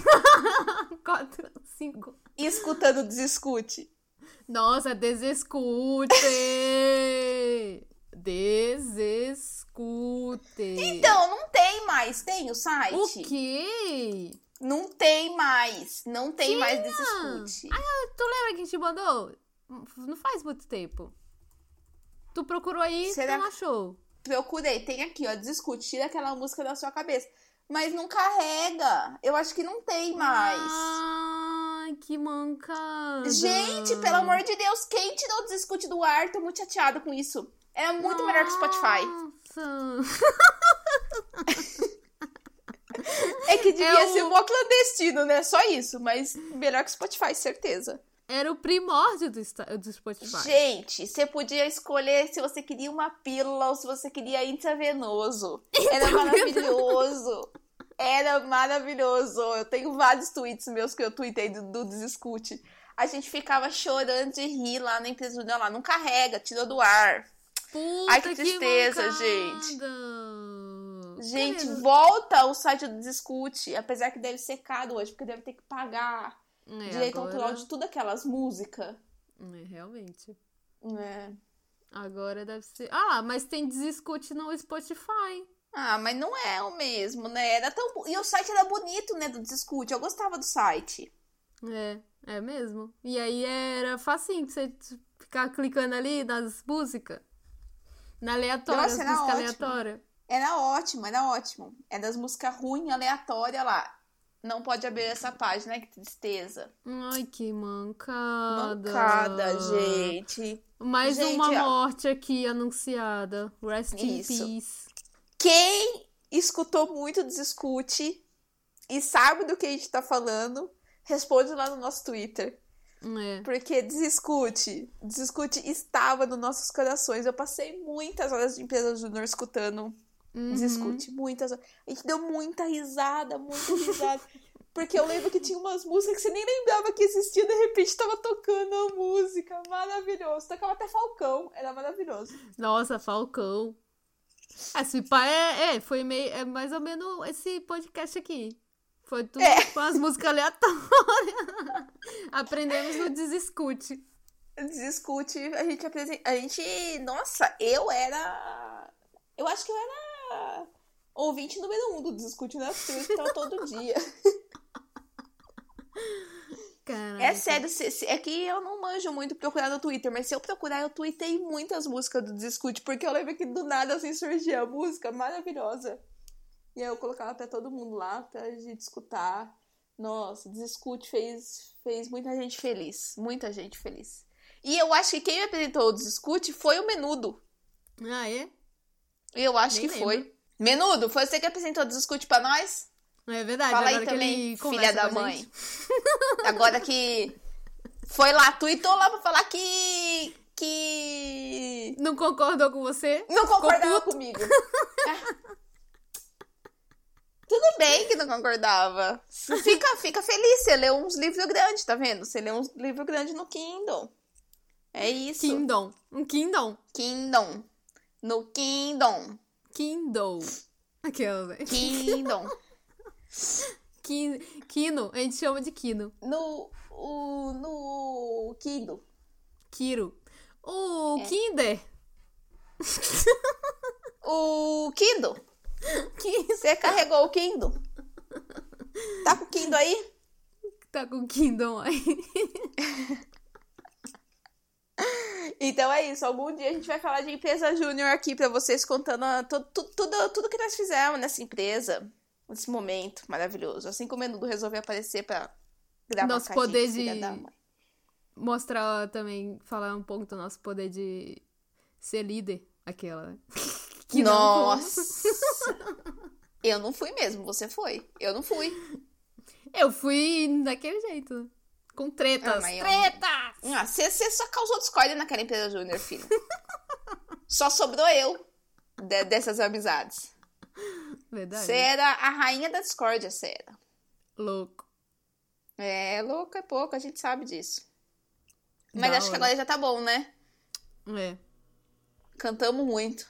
Quatro, cinco. Escutando o desescute. Nossa, desescute! Desescute! Então, não tem mais. Tem o site? o quê? Não tem mais. Não tem mais desescute. Tu lembra que a gente mandou? Não faz muito tempo. Tu procurou aí e Será não achou. Procurei. Tem aqui, ó. Desescute. Tira aquela música da sua cabeça. Mas não carrega. Eu acho que não tem mais. Ah, Ai, que mancada. Gente, pelo amor de Deus, quem tirou o desescute do ar? Tô muito chateado com isso. Era muito melhor que o Ah, Spotify. Nossa. É que devia É o- ser mó clandestino, né? Só isso, mas melhor que o Spotify, certeza. Era o primórdio do, Insta- do Spotify. Gente, você podia escolher se você queria uma pílula ou se você queria intravenoso. Era maravilhoso. Era maravilhoso. Eu tenho vários tweets meus que eu tuitei do, do Desescute. A gente ficava chorando de rir lá na empresa. Não, lá não carrega, tirou do ar. Puta Ai, que tristeza, gente. mancada. Gente, Querendo- volta o site do Discute, apesar que deve ser caro hoje, porque deve ter que pagar É, direito agora- um autoral de tudo aquelas músicas. É, realmente. né? Agora deve ser. Ah lá, mas tem desescute no Spotify. Ah, mas não é o mesmo, né? Era tão bo- E o site era bonito, né, do Discute. Eu gostava do site. É, é mesmo. E aí era facinho pra você t- ficar clicando ali nas músicas. Na aleatória, Nossa, as era músicas ótimo. aleatórias. Era ótimo, era ótimo. É das músicas ruins, aleatórias lá. Não pode abrir essa página, que tristeza. Ai, que mancada. Mancada, gente. Mais Gente, uma ó. morte aqui anunciada. Rest Isso. in peace. Quem escutou muito Desescute e sabe do que a gente tá falando, responde lá no nosso Twitter. É. Porque desescute. Desescute estava nos nossos corações. Eu passei muitas horas de empresa júnior escutando Uhum. desescute. Muitas horas. A gente deu muita risada, muita risada. Porque eu lembro que tinha umas músicas que você nem lembrava que existia, de repente tava tocando a música. Maravilhoso. Tocava até Falcão, era maravilhoso. Nossa, Falcão. Ah, se pá, é, é, foi meio, é mais ou menos esse podcast aqui. Foi tudo É. com as músicas aleatórias. Aprendemos no desescute. Desescute, a gente apresen- A gente. Nossa, eu era. Eu acho que eu era ouvinte número um do Desescute, né? Porque eu escutava todo dia. Caraca. É sério, se- se- é que eu não manjo muito procurar no Twitter, mas se eu procurar, eu tuitei muitas músicas do Discute, porque eu lembro que do nada assim surgia a música maravilhosa. E aí eu colocava pra todo mundo lá, pra gente escutar. Nossa, Discute fez, fez muita gente feliz. Muita gente feliz. E eu acho que quem me apresentou o Discute foi o Menudo. Ah, é? Eu acho Nem que lembro. foi. Menudo, foi você que apresentou o Discute pra nós? É verdade. Fala agora aí que também, ele conversa filha da com a mãe. gente. Agora que foi lá, tweetou lá pra falar que. que. Não concordou com você? não concordava puto. comigo. É. Tudo bem que não concordava. Fica, fica feliz, você leu uns livros grandes, tá vendo? Você leu uns livros grandes no Kindle. É isso. Kindle. Um Kindle. Kindle. No Kindle. Kindle. Aquela, né? Kindle. Ki- Kino. A gente chama de Kino. No. O, no Kindle. Kiro. O É. Kinder. O Kindle. Ki- Você carregou o Kindle? Tá com o Kindle aí? Tá com Kindle aí. Então é isso. Algum dia a gente vai falar de empresa júnior aqui pra vocês contando a- tu- tu- tudo, tudo que nós fizemos nessa empresa. Nesse momento maravilhoso. Assim como o Menudo resolveu aparecer pra gravar Nosso com a poder gente, filha de- da mãe. mostrar também, falar um pouco do nosso poder de ser líder, aquela. né? Que não Nossa! eu não fui mesmo, você foi. Eu não fui. Eu fui daquele jeito. Com tretas. Ah, mas eu- tretas! Ah, Você você só causou discórdia naquela empresa júnior, filho. só sobrou eu de- dessas amizades. Verdade. Você era a rainha da discórdia, você era. Louco. É, louco é pouco, a gente sabe disso. Mas Da acho que hora. agora já tá bom, né? É. Cantamos muito.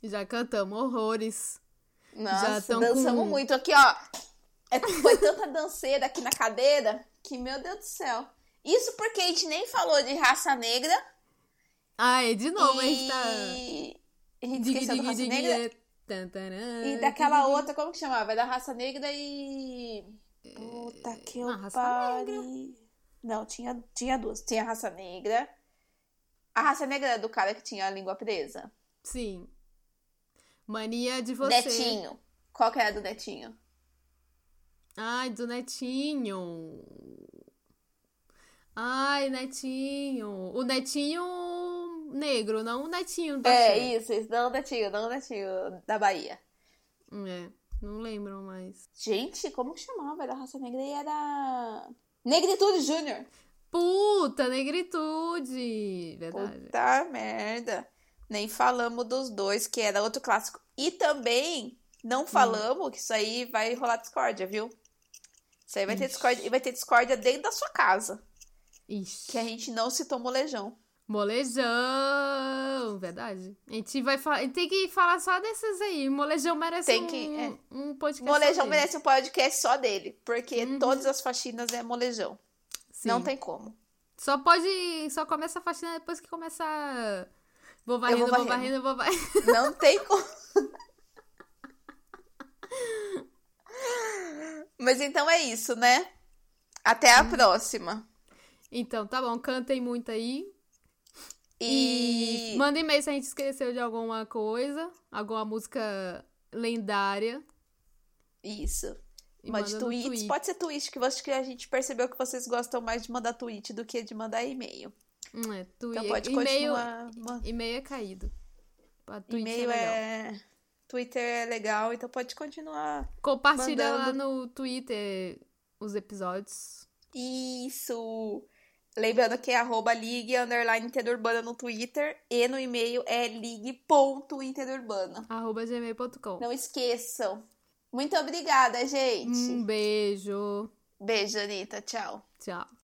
Já cantamos horrores. Já Nossa, tão dançamos com- muito. Aqui, ó. É, foi tanta danceira aqui na cadeira que, meu Deus do céu. Isso porque a gente nem falou de raça negra. Ah, é de novo, a gente e... tá. A gente esqueceu da raça negra. é. Tan, taran, E daquela digui, outra, como que chamava? É Da raça negra e. Puta que não, eu raça pariu. Não, tinha, tinha duas. Tinha a raça negra. A raça negra era do cara que tinha a língua presa. Sim. Mania de você. Netinho. Qual que era do netinho? Ai, do Netinho. Ai, Netinho. O Netinho negro, não o Netinho do É, axé. isso, isso. Não, netinho, não, netinho. Da Bahia. É, não lembro mais. Gente, como que chamava? Era a raça negra e era. Negritude Júnior. Puta, negritude. Verdade. Puta merda. Nem falamos dos dois, que era outro clássico. E também Hum. não falamos que isso aí vai rolar discórdia, viu? Isso aí vai ter Ixi. discórdia. E vai ter discórdia dentro da sua casa. Ixi. Que é. a gente não citou molejão. Molejão, verdade. A gente vai falar. Tem que falar só desses aí. Molejão merece Tem um, que- é. um podcast. molejão dele. merece um podcast só dele. Porque Uhum. todas as faxinas é molejão. Sim. Não tem como. Só pode. Só começa a faxina depois que começa. a- Vou varrendo, vou varrendo. varrendo, vou varrendo. Não tem como. Mas então é isso, né? Até Hum. a próxima. Então, tá bom, cantem muito aí. E. mandem e-mail se a gente esqueceu de alguma coisa, alguma música lendária. Isso. E Mande manda no tweets. tweet. Pode ser tweet, que eu acho que a gente percebeu que vocês gostam mais de mandar tweet do que de mandar e-mail. Hum, é, tweet. Então pode e-mail, continuar. ma- e-mail é caído. Pra tweet E-mail é legal. é. Twitter é legal, então pode continuar. Compartilha lá mandando. no Twitter os episódios. Isso! Lembrando que é arroba ligue underline interurbana no Twitter e no e-mail é ligue.interurbana. Arroba gmail.com. Não esqueçam. Muito obrigada, gente. Um beijo. Beijo, Anitta. Tchau. Tchau.